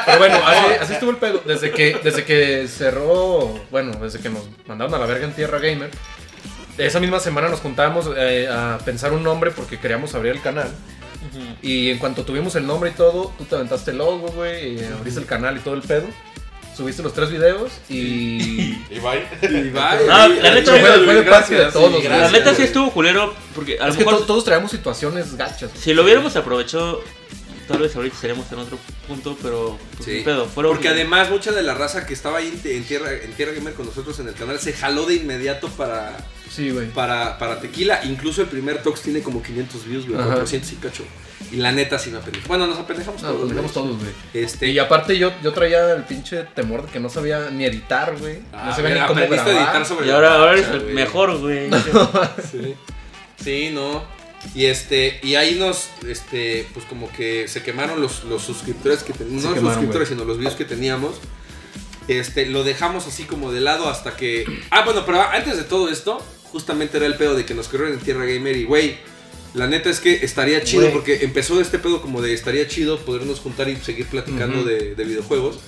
Pero bueno, así, así estuvo el pedo. Desde que, desde que cerró, bueno, desde que nos mandaron a la verga en Tierra Gamer, esa misma semana nos juntamos eh, a pensar un nombre porque queríamos abrir el canal. Ujú. Y en cuanto tuvimos el nombre y todo, tú te aventaste el logo, güey, y abriste el canal y todo el pedo. Subiste los tres videos y... Y bye. y va, No, y- la y- neta- Fue- fue de Gracias, parte de sí, todos, güey. La gracias. neta sí estuvo culero, porque a lo Es que mejor to- todos traemos situaciones gachas. güey. si lo hubiéramos aprovechado, tal vez ahorita estaríamos en otro punto, pero pues, Sí. ni pedo. Fueron Porque además mucha de la raza que estaba ahí en, en tierra en Tierra Gamer con nosotros en el canal se jaló de inmediato para Sí, güey. para, para tequila. Incluso el primer Tox tiene como 500 views, güey, Ajá. 400 y cacho. Y la neta sí me apendejamos. Bueno, nos apendejamos No, todos. Ah, lo dejamos güey. todos, güey. Este, Y aparte yo, yo traía el pinche temor de que no sabía ni editar, güey. Ah, no sabía mira, ni cómo aprendiste a grabar. editar sobre Y la ahora, ahora marcha, eres el güey. mejor, güey. Sí. Sí, no. Y este, y ahí nos, este, pues como que se quemaron los, los suscriptores que teníamos. Se No quemaron, suscriptores, sino los views que teníamos. Este, lo dejamos así como de lado hasta que. Ah, bueno, pero antes de todo esto, justamente era el pedo de que nos corrieron en Tierra Gamer y güey. La neta es que estaría chido, Güey. porque empezó este pedo como de estaría chido podernos juntar y seguir platicando Ujú. de, de videojuegos.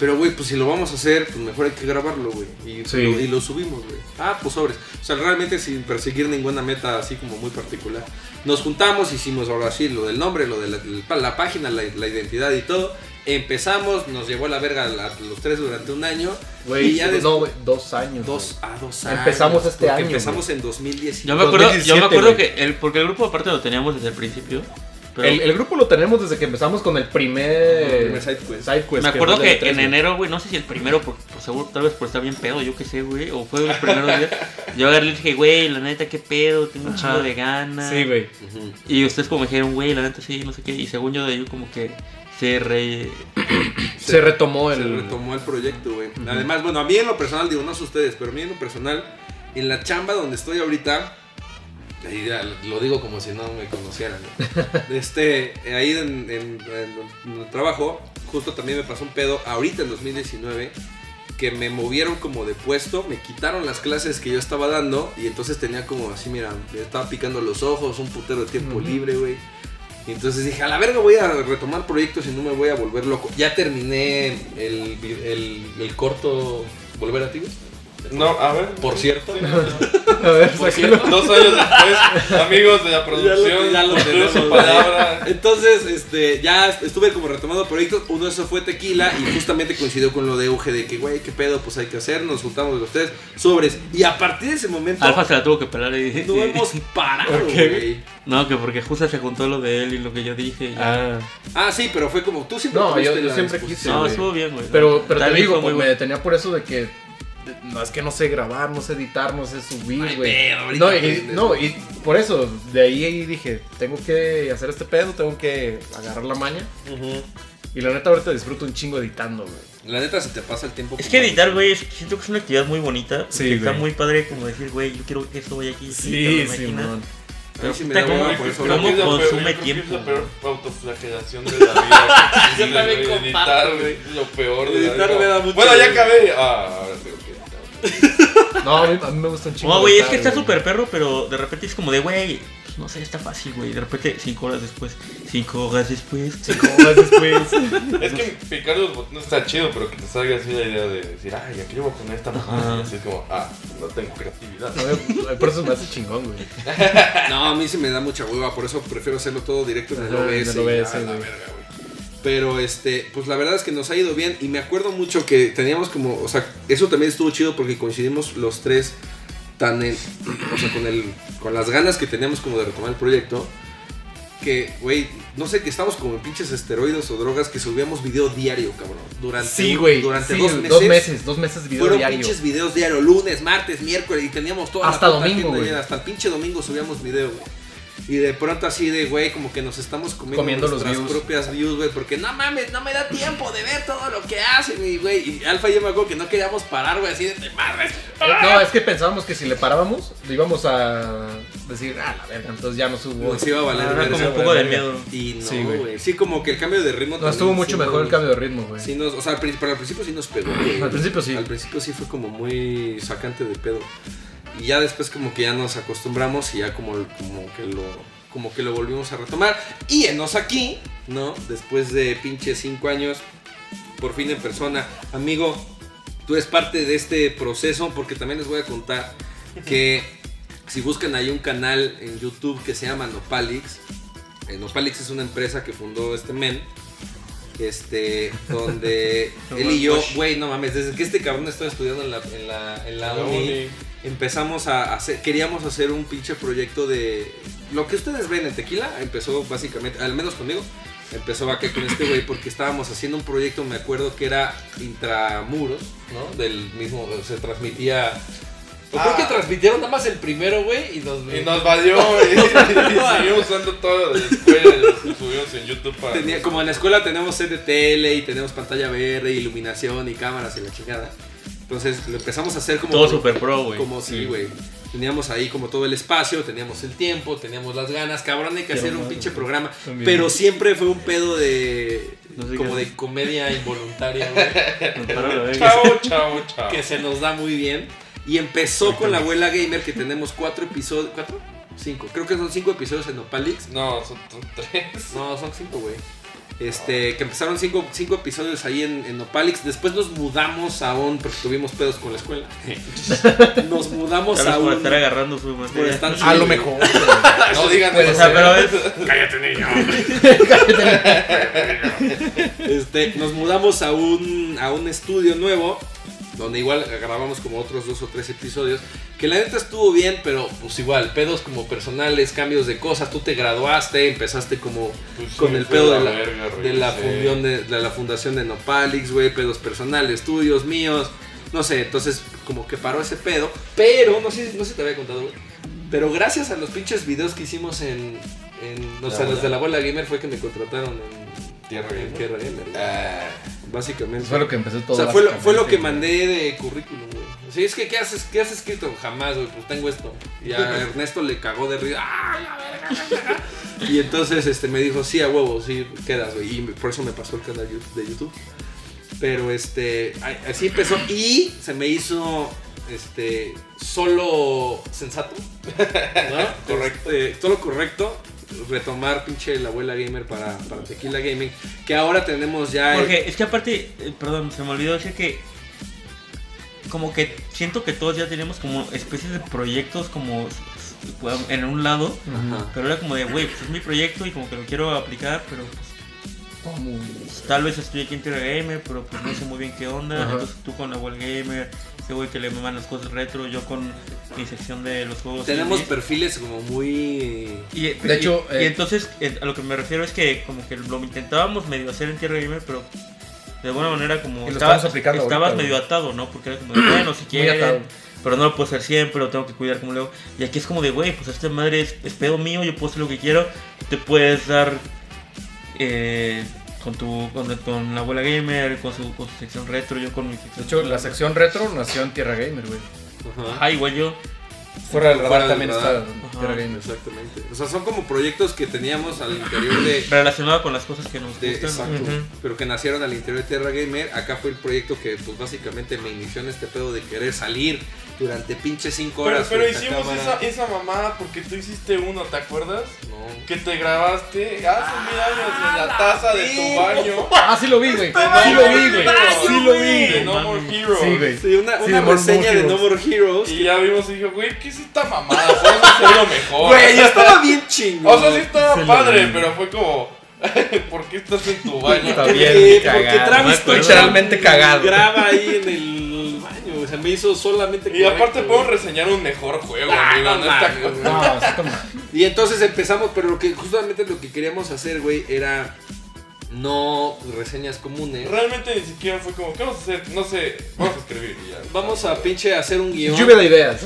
Pero, güey, pues si lo vamos a hacer, pues mejor hay que grabarlo, güey. Y, Sí. lo- y lo subimos, güey. Ah, pues sobres. O sea, realmente sin perseguir ninguna meta así como muy particular. Nos juntamos, hicimos ahora sí lo del nombre, lo de la, la- la página, la, la identidad y todo. Empezamos, nos llevó a la verga la- los tres durante un año. y Güey, ya después... no, güey, dos años. Dos güey. a dos años. Empezamos este porque año, Empezamos en 2010. Yo me acuerdo, yo 2017, me acuerdo güey. que el, porque el grupo aparte lo teníamos desde el principio. Pero El, el grupo lo tenemos desde que empezamos con el primer, El primer side quest. side quest, me pues, fue acuerdo el que, de tres, en güey. enero, güey, no sé si el primero, por, por seguro, tal vez por estar bien pedo, yo qué sé, güey, o fue los primeros días. Yo agarré y le dije, güey, la neta, qué pedo, tengo un Ajá. chingo de ganas. Sí, güey. Ujú. Y ustedes como me dijeron, güey, la neta, sí, no sé qué. Y según yo de ello, como que se re. Se, retomó el. Se retomó el proyecto, güey. Además, bueno, a mí en lo personal, digo, no sé ustedes, pero a mí en lo personal, en la chamba donde estoy ahorita, ahí ya lo digo como si no me conocieran, ¿no? este, ahí en, en- en- en el trabajo, justo también me pasó un pedo, ahorita en 2019, que me movieron como de puesto, me quitaron las clases que yo estaba dando y entonces tenía como así, mira, me estaba picando los ojos, un putero de tiempo Ujú. libre, güey. Y entonces dije, a la verga voy a retomar proyectos y no me voy a volver loco. Ya terminé el, vi- el, el corto Volver a ti, güey. No, a ver. Por cierto. A ver, sáquelo. Dos años después, amigos de la producción, ya lo cumplieron su tenemos. palabra. Entonces, este, ya estuve como retomando proyectos. Uno de esos fue Tequila y justamente coincidió con lo de Euge de que, güey, qué pedo, pues hay que hacer. Nos juntamos los tres sobres. Y a partir de ese momento, Alfa se la tuvo que pelar y. no hemos parado, ¿Por qué? güey. No, que porque justo se juntó lo de él y lo que yo dije. y- Ah, Ah, sí, pero fue como tú siempre No, tuviste yo- yo la siempre disposición. sí, no, güey. estuvo bien, güey. pero, pero te Tal vez digo, fue muy pues, me bueno. detenía por eso de que. de- No, es que no sé grabar, no sé editar, no sé subir, Ay, güey. pero ahorita No, y, aprendes, no, güey. y por eso, de ahí dije, tengo que hacer este pedo, tengo que agarrar la maña. Y la neta, ahorita disfruto un chingo editando, güey. La neta se te pasa el tiempo. Es como- que editar, güey, es- siento que es una actividad muy bonita. Sí, que está güey. muy padre como decir, güey, yo quiero que esto vaya aquí. Sí, te lo sí, imaginas. man. A mí sí me Pero da puta, hueva ¿cómo- por eso. pues, cómo- güey. pues, Creo que es la peor- consume yo creo tiempo? Que es la peor autoflagelación de la vida. Yo también Güey, comparto, Editar, güey. güey. Lo peor de Editar la me da vida. mucho- Bueno, ya acabé. Ah, ahora tengo que editar. No, a mí, a mí me gusta un chingo. No, güey, es editar, que está súper perro, pero de repente es como de, güey, pues, no sé, está fácil, güey. De repente, cinco horas después, cinco horas después. ¿Cómo vas después? Es que picar los botones está chido, pero que te salga así la idea de decir, ay, aquí voy a poner esta mamá. Ajá. Así como, ah, no tengo creatividad. A ver, por eso me hace chingón, güey. No, a mí sí me da mucha hueva, por eso prefiero hacerlo todo directo en el Ajá, en OBS. el y ya, OBS, la güey. verga, güey. Pero este, pues la verdad es que nos ha ido bien y me acuerdo mucho que teníamos como, o sea, eso también estuvo chido porque coincidimos los tres tan en, o sea, con el con las ganas que teníamos como de retomar el proyecto que, güey, no sé, que estamos como en pinches esteroides o drogas que subíamos video diario, cabrón. Durante Sí, un- güey. durante sí, dos meses. Dos meses, dos meses de video Fueron diario. pinches videos diario, lunes, martes, miércoles, y teníamos toda la Hasta puta domingo, agenda güey. llena. Hasta el pinche domingo subíamos video, güey. Y de pronto así de, güey, como que nos estamos comiendo, Comiendo los nuestras views. propias views, güey, porque no mames, no me da tiempo de ver todo lo que hacen, y güey, y Alfa y yo me acuerdo que no queríamos parar, güey, así de, "Te madres, Eh, No, es que pensábamos que si le parábamos, le íbamos a decir, ah, la verga, entonces ya no subo. Nos iba a valer Ah, verga. nos iba como a un valer poco de verga. miedo. Y no, Sí, güey. güey. Sí, como que el cambio de ritmo. No, también estuvo mucho sí mejor el nos- cambio de ritmo, güey. Sí, nos, o sea, al, prin- pero al principio sí nos pegó. güey. Al principio sí. Al principio sí fue como muy sacante de pedo. Y ya después como que ya nos acostumbramos y ya como, como que lo como que lo volvimos a retomar. Y enos aquí, ¿no? Después de pinche cinco años, por fin en persona. Amigo, tú eres parte de este proceso porque también les voy a contar que si buscan ahí un canal en YouTube que se llama Nopalix, eh, Nopalix es una empresa que fundó este men, este, donde él y yo, güey, no mames, desde que este cabrón estaba estudiando en la, en la, en la La uni, uni. empezamos a hacer, queríamos hacer un pinche proyecto de lo que ustedes ven en Tequila, empezó básicamente, al menos conmigo, empezó acá con este güey porque estábamos haciendo un proyecto, me acuerdo que era intramuros, ¿no? Del mismo, se transmitía... o creo Ah. que transmitieron nada más el primero, güey, y nos... Y nos valió, güey. Y seguimos usando todo de la escuela. y Lo subimos en YouTube para. Tenía- como en la escuela tenemos set de tele y tenemos pantalla verde, iluminación y cámaras y la chingada. Entonces lo empezamos a hacer como... Todo super pro, güey. Como sí, güey. Teníamos ahí como todo el espacio, teníamos el tiempo, teníamos las ganas. Cabrón, hay que hacer un pinche programa. También. Pero siempre fue un pedo de. No sé como qué- de comedia involuntaria, güey. Nos paró la verga. Chao, chao, chao. que se nos da muy bien. Y empezó con la abuela gamer, que tenemos cuatro episodios. ¿Cuatro? Cinco. Creo que son cinco episodios en Opalix. No, son son tres. No, son cinco, güey. Este, que empezaron cinco, cinco episodios ahí en, en Opalix. Después nos mudamos a un, porque tuvimos pedos con la escuela. Nos mudamos Tal vez a por un. estar agarrando su por materia. estar- A lo sí, güey. mejor. pues, güey. Ah, No digan Puede O sea, groserías. pero es. Este, nos mudamos a un, a un estudio nuevo, donde igual grabamos como otros dos o tres episodios, que la neta estuvo bien, pero pues igual, pedos como personales, cambios de cosas, tú te graduaste, empezaste como Pues con sí, el fue pedo la de la, verga, de la regresé. fundión de, de la fundación de Nopalix, güey, pedos personales, tuyos, míos, no sé, entonces como que paró ese pedo, pero no sé, no sé si te había contado, güey, pero gracias a los pinches videos que hicimos en, en o sea, La los abuela. de la abuela gamer fue que me contrataron en Tierra en Gamer. Tierra Gamer, güey. Ah, Básicamente. Fue lo que empezó todo. o sea, fue lo, fue lo que básicamente. mandé de currículum, güey. Sí, es que ¿qué, haces, ¿qué has escrito? Jamás, güey, pues tengo esto. Y a Ernesto le cagó de risa. ¡Ah, la verga, la verga! Y entonces este, me dijo, sí, a huevo, sí, quedas, güey. Y me- por eso me pasó el canal yu- de YouTube. Pero este, ay- así empezó. Y se me hizo, este, solo sensato. ¿No? Correcto. Eh, todo lo correcto. Retomar pinche la abuela gamer para, para Tequila Gaming. Que ahora tenemos ya... el- Porque es que aparte, eh, perdón, se me olvidó decir que como que siento que todos ya tenemos como especies de proyectos como s- s- en un lado, Ajá. pero era como de, güey, pues es mi proyecto y como que lo quiero aplicar, pero pues, ¿Cómo? tal vez estoy aquí en Tierra Gamer, pero pues no sé muy bien qué onda, Ajá. entonces tú con la World Gamer, ese güey que le maman las cosas retro, yo con mi sección de los juegos. Tenemos indie. perfiles como muy. Y, De y- hecho, y eh, entonces eh, a lo que me refiero es que como que lo intentábamos medio hacer en Tierra Gamer, pero de alguna manera como Y lo estamos aplicando estabas ahorita, medio atado, ¿no? Porque era como, de, bueno, si Muy atado. quieres, pero no lo puedo hacer siempre, lo tengo que cuidar como luego. Y aquí es como de, güey, pues esta madre es, es pedo mío, yo puedo hacer lo que quiero, te puedes dar eh, con tu con, con la abuela gamer, con su, con su sección retro, yo con mi De sección. hecho, la sección retro nació en Tierra Gamer, güey. Ajá. Ajá, igual yo. Fuera del radar del también radar. está Ajá. Tierra Gamer. Exactamente. O sea, son como proyectos que teníamos al interior de. Relacionado con las cosas que nos de- gustan. exacto. Ujú. Pero que nacieron al interior de Terra Gamer. Acá fue el proyecto que, pues, básicamente me inició en este pedo de querer salir durante pinche 5 Pero, horas. pero frente a hicimos cámara. esa, esa mamada porque tú hiciste uno, ¿te acuerdas? No. Que te grabaste hace mil años en la taza de tu baño. Ah, sí lo vi, güey. Sí lo vi, güey. Sí lo vi. De güey. No More Heroes. Sí, güey. Sí, una, Sí, una de More reseña de Heroes. No More Heroes. Y ya vimos y dije, güey, ¿qué es esta mamada? Podemos hacerlo mejor. Güey, estaba bien chingón. Oh. o sea, sí estaba Sí lo padre, vi. pero fue como, ¿por qué estás en tu baño? Está bien Eh, porque Travis cagado, me acuerdo. Scott Literalmente cagado. Graba ahí en el baño. O sea, me hizo solamente. Y aparte correcto, podemos reseñar un mejor juego, Ah, amigo. no No, está mames, co- güey. No, está como. Y entonces empezamos, pero lo que justamente lo que queríamos hacer, güey, era no pues, reseñas comunes. Realmente ni siquiera fue como, ¿qué vamos a hacer? No sé, vamos a escribir y ya. Vamos a pinche hacer un guión. Lluvia de ideas.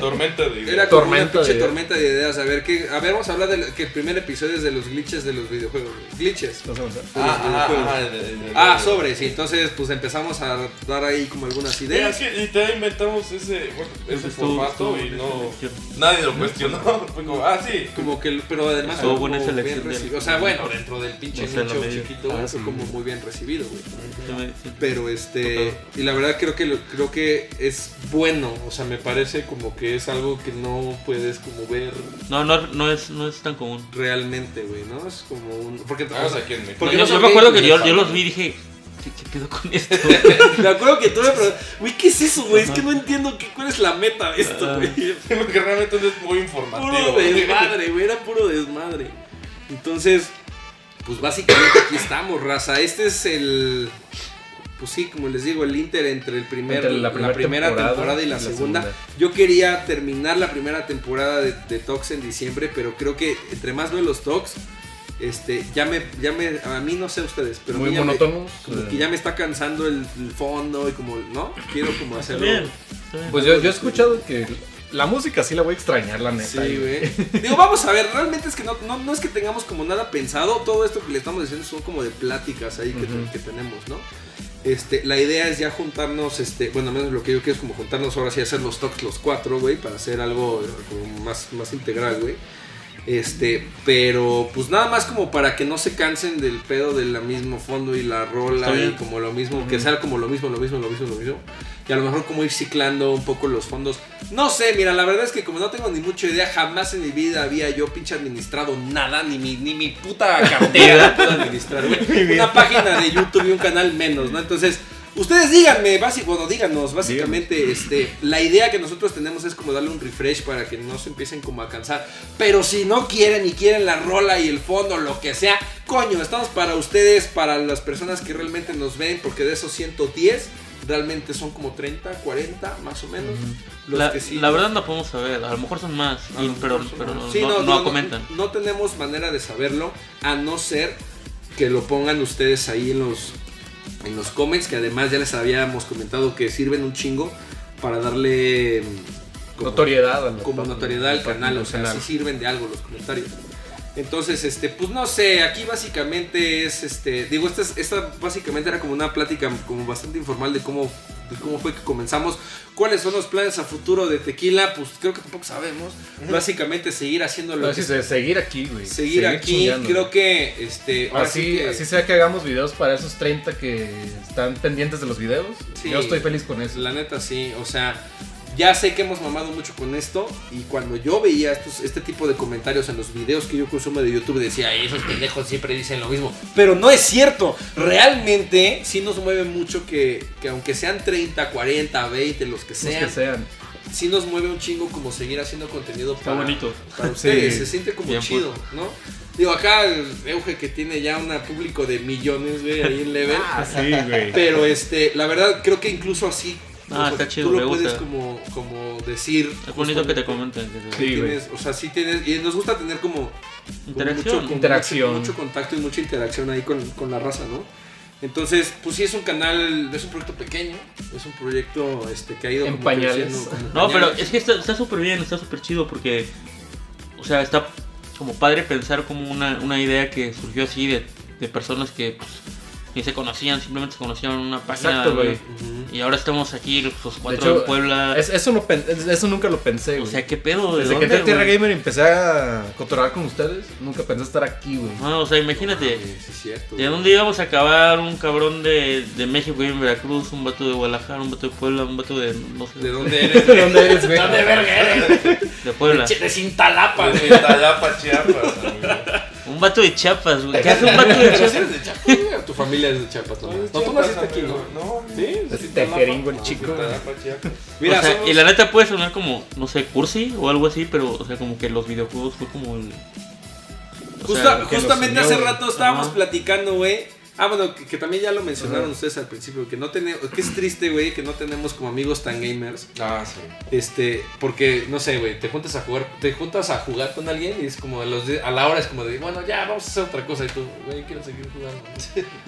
Tormenta de Era ideas. como una Tormenta pinche de ideas. tormenta de ideas. A ver, que, a ver, vamos a hablar de que el primer episodio es de los glitches de los videojuegos. güey. Glitches. de los Entonces, vamos Ah, ah, videojuegos. ah, de- de- de- Ah, de- sobre, sí. Entonces, pues empezamos a dar ahí como algunas Es ideas. que literal inventamos ese, bueno, ese Estuvo- formato estuvo y buena no. esa elección. Nadie lo cuestionó. Fue como, ah, sí. Como que, pero además. Estuvo fue buena como esa bien elección del- recibido. O sea, bueno, dentro del pinche O sea, la nicho media. chiquito, güey, fue como muy bien recibido, güey. Sí, me- sí. Pero este. Y la verdad creo que lo- creo que es bueno. O sea, me parece como que es algo que no puedes como ver No, no, no, es, no es tan común. realmente, güey, ¿no? Es como un. Porque Vamos aquí en México. Porque yo, no son yo me acuerdo que gays, yo, güey. yo los vi y dije, ¿qué, qué pedo con esto? Me acuerdo que tú me preguntaste, güey, ¿qué es eso, güey? Es que no entiendo qué, cuál es la meta de esto, güey. Porque realmente no es muy informativo. Puro desmadre, güey, era puro desmadre. Entonces, pues básicamente aquí estamos, raza. Este es el. Pues sí, como les digo, el Inter entre el primer, Entre la, la primer primera temporada, temporada y la, y la segunda. segunda. Yo quería terminar la primera temporada de, de Tox en diciembre, pero creo que entre más veo los Tox, este, ya me, ya me, a mí no sé ustedes, pero a Muy mí ya me- monótonos. como eh. que ya me está cansando el, el fondo y como, ¿no? Quiero como Está hacerlo. bien, está bien. Pues yo, yo he escuchado que la música sí la voy a extrañar, la neta. Sí, güey. Digo, vamos a ver, realmente es que no, no, no es que tengamos como nada pensado, todo esto que le estamos diciendo son como de pláticas ahí que, te- Ujú. que tenemos, ¿no? Este, la idea es ya juntarnos, este, bueno, al menos lo que yo quiero es como juntarnos ahora sí hacer los talks los cuatro, güey, para hacer algo eh, como más, más integral, güey. Este, pero pues nada más como para que no se cansen del pedo del mismo fondo y la rola Está y bien. como lo mismo, que sea como lo mismo, lo mismo, lo mismo, lo mismo. Y a lo mejor como ir ciclando un poco los fondos. No sé, mira, la verdad es que como no tengo ni mucha idea, jamás en mi vida había yo pinche administrado nada, ni mi, ni mi puta cartera la puedo administrar, güey. Una página de YouTube y un canal menos, ¿no? Entonces, ustedes díganme, basi- bueno, díganos, básicamente, este, la idea que nosotros tenemos es como darle un refresh para que no se empiecen como a cansar. Pero si no quieren y quieren la rola y el fondo, lo que sea, coño, estamos para ustedes, para las personas que realmente nos ven, porque de esos 110 realmente son como 30, 40 más o menos. Los la, que sí. la verdad no podemos saber, a lo mejor son más, A y- lo pero, mejor son pero más. no, Sí, no- no comentan. No, tenemos manera de saberlo, a no ser que lo pongan ustedes ahí en los, en los comments, que además ya les habíamos comentado que sirven un chingo para darle mm, como- Notoriedad. a la- como notoriedad al canal, o sea, canal. sí sirven de algo los comentarios. Entonces, este, pues no sé, aquí básicamente es, este, digo, esta, es- esta básicamente era como una plática como bastante informal de cómo, de cómo fue que comenzamos, cuáles son los planes a futuro de Tequila, pues creo que tampoco sabemos. Básicamente seguir haciendo lo Pero que sí, se- Pues seguir aquí, güey. seguir aquí, chingando. creo que, este, ahora Así, sí que- así sea que hagamos videos para esos 30 que están pendientes de los videos. Sí. Yo estoy feliz con eso. La neta sí, o sea, ya sé que hemos mamado mucho con esto y cuando yo veía estos, este tipo de comentarios en los videos que yo consumo de YouTube decía, "Ay, esos pendejos siempre dicen lo mismo. Pero no es cierto, realmente sí nos mueve mucho que, que aunque sean 30, 40, 20, los que Los sean, que sean. sí nos mueve un chingo como seguir haciendo contenido Está para, bonito. para ustedes, Sí. se siente como Bien chido, ¿no? Digo, acá el Euge que tiene ya un público de millones, güey, ahí en Level. Sí, güey. Pero este, la verdad, creo que incluso así. Ah, o sea, está chido, Tú lo me gusta. puedes como, como decir. Es bonito que te justamente, comenten. que te- Sí. güey. tienes- o sea, sí tienes. Y nos gusta tener como. como Interacción. mucho- como Interacción. Mucho, mucho contacto y mucha interacción ahí con, con la raza, ¿no? Entonces, pues sí es un canal, es un proyecto pequeño, es un proyecto este que ha ido En como pañales. creciendo, como en No, pero pañales. es que está está súper bien, está súper chido porque, o sea, está como padre pensar como una, una idea que surgió así de, de personas que pues, ni se conocían, simplemente se conocían en una página. Exacto, güey. Ujú. Y ahora estamos aquí los- los cuatro hecho, en Puebla. Es- eso, no pen- es- eso nunca lo pensé, o güey. sea, ¿qué pedo? ¿De Desde que dónde, entré a Tierra güey? Gamer y empecé a cotorrar con ustedes, nunca pensé estar aquí, güey. Ah, o sea, imagínate. Sí, sí es cierto. ¿De güey. dónde íbamos a acabar un cabrón de, de México y en Veracruz, un vato de Guadalajara, un vato de Puebla, un vato de no sé, ¿De dónde eres? ¿De dónde eres, güey? de Puebla, De Cintalapa. Pues en Talapa, Chiapas, amigo. un vato de Chiapas, güey. ¿Qué hace un vato de Chiapas? ¿Eres de Ah, Chiapas? güey? Tu familia es de Chiapas, ¿no? Pues, No, tú naciste aquí, ¿no? No, Sí, Es tejeringo el chico. Talapa, Chiapas. Mira, o sea, somos- y la neta puede sonar como, no sé, cursi o algo así, pero, o sea, como que los videojuegos fue como el. o Justa- sea, que los justamente unió, hace güey. rato estábamos Ajá. platicando, güey, Ah, bueno, que, que también ya lo mencionaron ustedes al principio, que no tenemos, que es triste, güey, que no tenemos como amigos tan gamers. Ah, sí. Este, porque, no sé, güey, te juntas a jugar, te juntas a jugar con alguien y es como a, los de- a la hora es como de, bueno, ya, vamos a hacer otra cosa. Y tú, güey, quiero seguir jugando.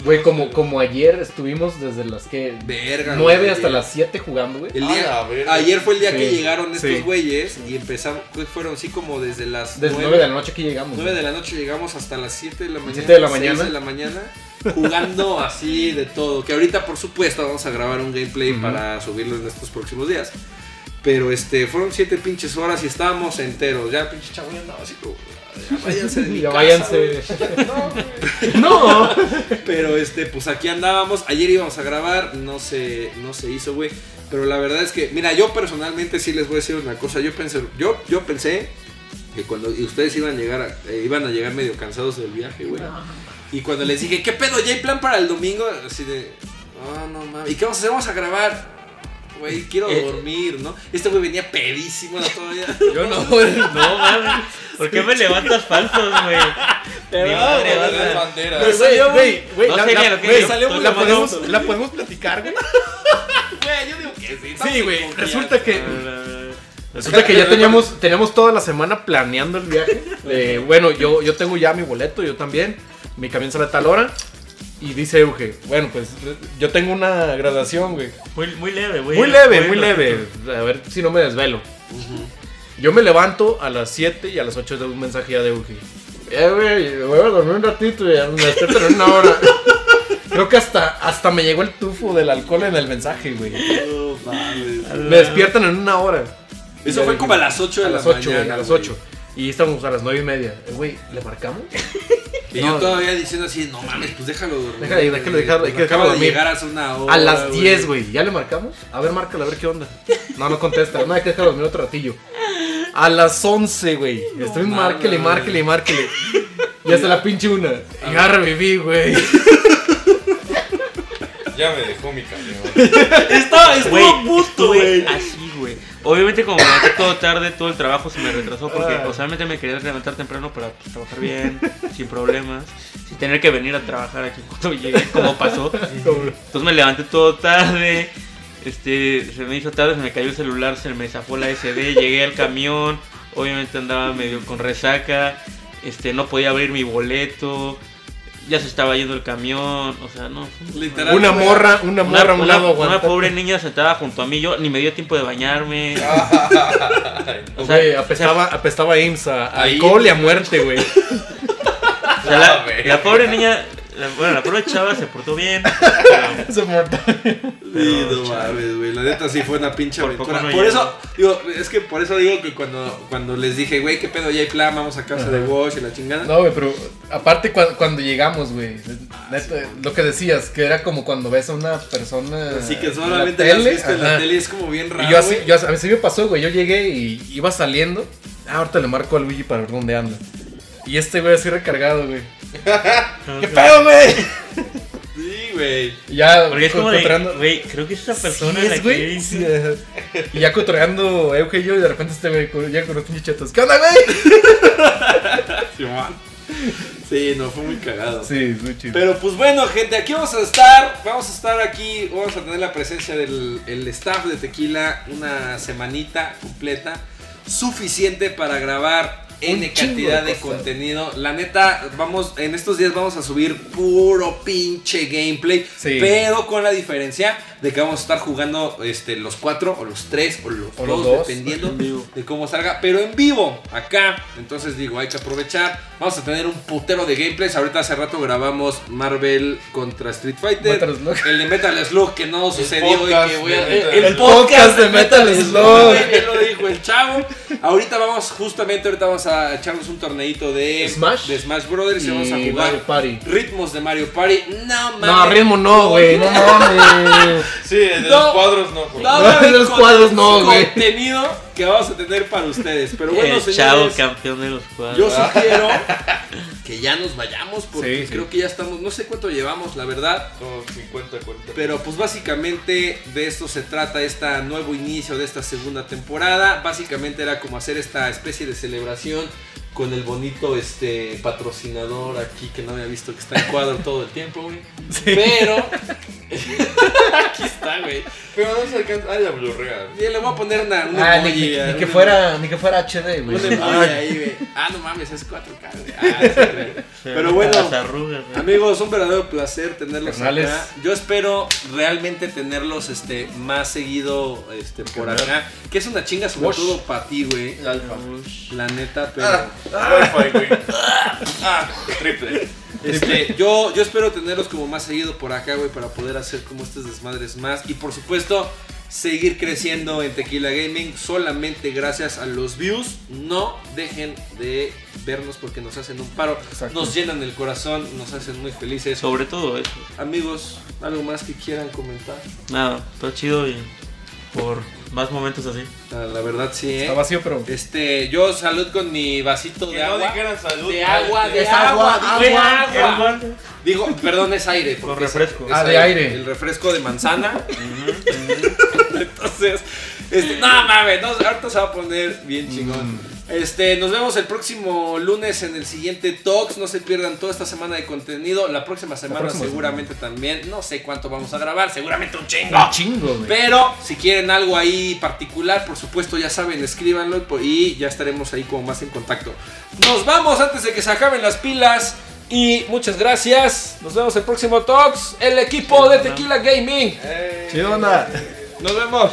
Güey, como, como ayer estuvimos desde las que Verga, 9 güey. hasta las 7 jugando, güey. El A día, la verga. ayer fue el día que Sí, llegaron estos sí. güeyes y empezaron, güey, fueron así como desde las Desde 9 de la noche que llegamos. 9 de güey. la noche llegamos hasta las 7 de la mañana. 7 de la 6 mañana. de la mañana, Jugando así de todo. Que ahorita, por supuesto, vamos a grabar un gameplay Ujú. para subirlo en estos próximos días. Pero este, fueron 7 pinches horas y estábamos enteros. Ya, pinche chavo, ya andaba así como. "Ya váyanse de mi Ya casa, váyanse. güey". no. Pero este, pues aquí andábamos. Ayer íbamos a grabar, no se, no se hizo, güey. Pero la verdad es que, mira, yo personalmente sí les voy a decir una cosa. Yo pensé, yo, yo pensé que cuando y ustedes iban a llegar, a- eh, iban a llegar medio cansados del viaje, güey. Y cuando les dije, ¿qué pedo? ¿Ya hay plan para el domingo? Así de, ah, no mames. ¿Y qué vamos a hacer? Vamos a grabar. Güey, quiero Eh, dormir, ¿no? Este güey venía pedísimo todavía. Yo no, güey. No, mames. ¿Por qué me levantas falsos, güey? Mi madre, Todas banda. las banderas. Pero, güey, salió güey, güey, No la- sé la- ni a lo que güey, yo- salió la muy la podemos- podemos- la podemos platicar, güey. Güey, yo digo que sí. Sí, güey. Resulta que Resulta Pero- que ya pero- teníamos, teníamos toda la semana planeando el viaje. Eh, bueno, yo, yo tengo ya mi boleto, yo también. Mi camión sale a tal hora. Y dice Euge, bueno, pues yo tengo una graduación, güey. Muy, muy leve, güey. Muy leve, Bueno, muy leve. A ver si no me desvelo. Yo me levanto a las 7 y a las 8 de un mensaje ya de Euge. Eh, güey, voy a dormir un ratito y ya me despierto en una hora. Creo que hasta, hasta me llegó el tufo del alcohol en el mensaje, güey. Me despiertan en una hora. Eso fue como a las 8 de A la las 8, mañana. a las güey. 8. Y estamos a las 9 y media. Eh, Güey, ¿le marcamos? Y No. yo todavía diciendo así, no mames, pues déjalo dormir. Déjalo, déjalo, güey. déjalo, Pues hay que acaba dejarlo de dormir. llegar hace una hora. A las 10, güey. ¿Ya le marcamos? A ver, márcala, a ver qué onda. No, no contesta. No, hay que dejarlo dormir otro ratillo. A las 11, güey. Estoy mames. márquele, márquele, márquele. Y hasta la pinche una. Y ya reviví, güey. Ya me dejó mi camión. Está, Güey, estuvo a punto, estuve güey. Así, güey. Obviamente, como me levanté todo tarde, todo el trabajo se me retrasó porque, o sea, realmente me quería levantar temprano para pues, trabajar bien, sin problemas, sin tener que venir a trabajar aquí cuando llegué, como pasó. Entonces me levanté todo tarde. Este, se me hizo tarde, se me cayó el celular, se me zafó la SD, llegué al camión, obviamente andaba medio con resaca, este, no podía abrir mi boleto, ya se estaba yendo el camión, o sea, no. fue- Literal. Una morra, una una, morra a un una- lado, una aguanta. pobre niña sentada junto a mí, yo ni me dio tiempo de bañarme. O sea, Güey, apestaba, apestaba a IMSS, a a Ahí. alcohol y a muerte, güey. o sea, la, A ver. la pobre niña, la- bueno, la pobre chava se portó bien. pero- Se muerta. Sí, no mames, güey. La neta sí fue una pinche Por aventura. poco no por llega. eso, digo, es que por eso digo que cuando, cuando les dije, güey, qué pedo, ya hay plan, vamos a casa de Wash y la chingada. No, güey, pero aparte cua- cuando llegamos, güey, neta, lo que decías, que era como cuando ves a una persona Así Pues que en la solamente las viste en la ajá. tele y es como bien raro. Y yo así, güey. yo así- a mí sí me pasó, güey, yo llegué y iba saliendo, ah, ahorita le marco a Luigi para ver dónde anda. Y este güey así recargado, güey. ¡Qué pedo, güey! Sí, güey. Y ya Porque es como de, cotorreando- güey, creo que es esa persona Sí la es, que güey. hizo- Sí, ajá. y ya cotorreando Euge y yo y de repente este güey con- llega con los pinches chetos. ¿Qué onda, güey? Simón. Sí, no, fue muy cagado. Sí, muy chido. Pero pues bueno, gente, aquí vamos a estar. Vamos a estar aquí. Vamos a tener la presencia del el staff de Tequila una semanita completa. Suficiente para grabar Un N chingo cantidad de de, cosas. contenido. La neta, vamos, en estos días vamos a subir puro pinche gameplay. Sí. Pero con la diferencia de que vamos a estar jugando este, los cuatro, o los tres, o los O los dos, dos. dependiendo En vivo. de cómo salga, pero en vivo, acá. Entonces digo, hay que aprovechar. Vamos a tener un putero de gameplays. Ahorita hace rato grabamos Marvel contra Street Fighter. Metal Slug. El de Metal Slug que no sucedió y podcast que voy a- de Metal el, Slug. podcast de Metal Slug. Bien lo dijo el chavo. Ahorita vamos, justamente ahorita vamos a echarnos un torneito de Smash. de Smash Brothers y, vamos a Y jugar Mario Party. ritmos de Mario Party. No mames. No, ritmo no, güey, no mames. Sí, de No. los cuadros no. güey. No, No, mames, los con cuadros el no, güey. Contenido que vamos a tener para ustedes. Pero bueno, el señores. chavo campeón de los cuadros. Yo sugiero que ya nos vayamos porque Ah. Sí, sí. creo que ya estamos, no sé cuánto llevamos, la verdad. Como 50, 40. Pero pues básicamente de esto se trata este nuevo inicio de esta segunda temporada. Básicamente era como hacer esta especie de celebración con el bonito este patrocinador aquí que no había visto que está en cuadro todo el tiempo, güey. Pero aquí está, güey. Pero no se alcanza. Ah, la blurrea. Y le voy a poner una, una Ah, ni, emoji, que- ni una- que fuera, ni que fuera HD, una güey. emoji ahí, güey. Ah, no mames, es 4K, güey. Ah, sí, güey. Se Pero notan bueno, Ah, Las arrugas, güey. Amigos, un verdadero placer tenerlos Carnales. acá. Yo espero realmente tenerlos este más seguido este por Carnal. acá, que es una chinga sobre Wash. todo para ti, güey. El alfa. La neta, pero Ah, Wi-Fi, güey. Ah, triple. este, yo yo espero tenerlos como más seguido por acá, güey, para poder hacer como estos desmadres más y por supuesto seguir creciendo en Tequila Gaming solamente gracias a los views. No dejen de vernos porque nos hacen un paro, Exacto. nos llenan el corazón, nos hacen muy felices. Sobre todo eso. Amigos, algo más que quieran comentar. Nada, todo chido y por más momentos así. La, la verdad sí, Está ¿eh? vacío, pero. Este, yo salud con mi vasito Que de no agua. dijeran salud. De agua, de Es agua, agua, dije agua. agua. Digo, perdón, es aire. Con porque es- refresco. es Ah, de aire. El refresco de manzana. Entonces, este, no mames, no, ahorita se va a poner bien chingón. Este, nos vemos el próximo lunes en el siguiente Talks. No se pierdan toda esta semana de contenido. La próxima semana próxima seguramente también. No sé cuánto vamos a grabar, seguramente un chingo. Un chingo, güey. Pero si quieren algo ahí particular, por supuesto, ya saben, escríbanlo y por- y ya estaremos ahí como más en contacto. Nos vamos antes de que se acaben las pilas. Y muchas gracias. Nos vemos el próximo Talks. El equipo de Tequila Gaming. Chido, onda. Nos vemos.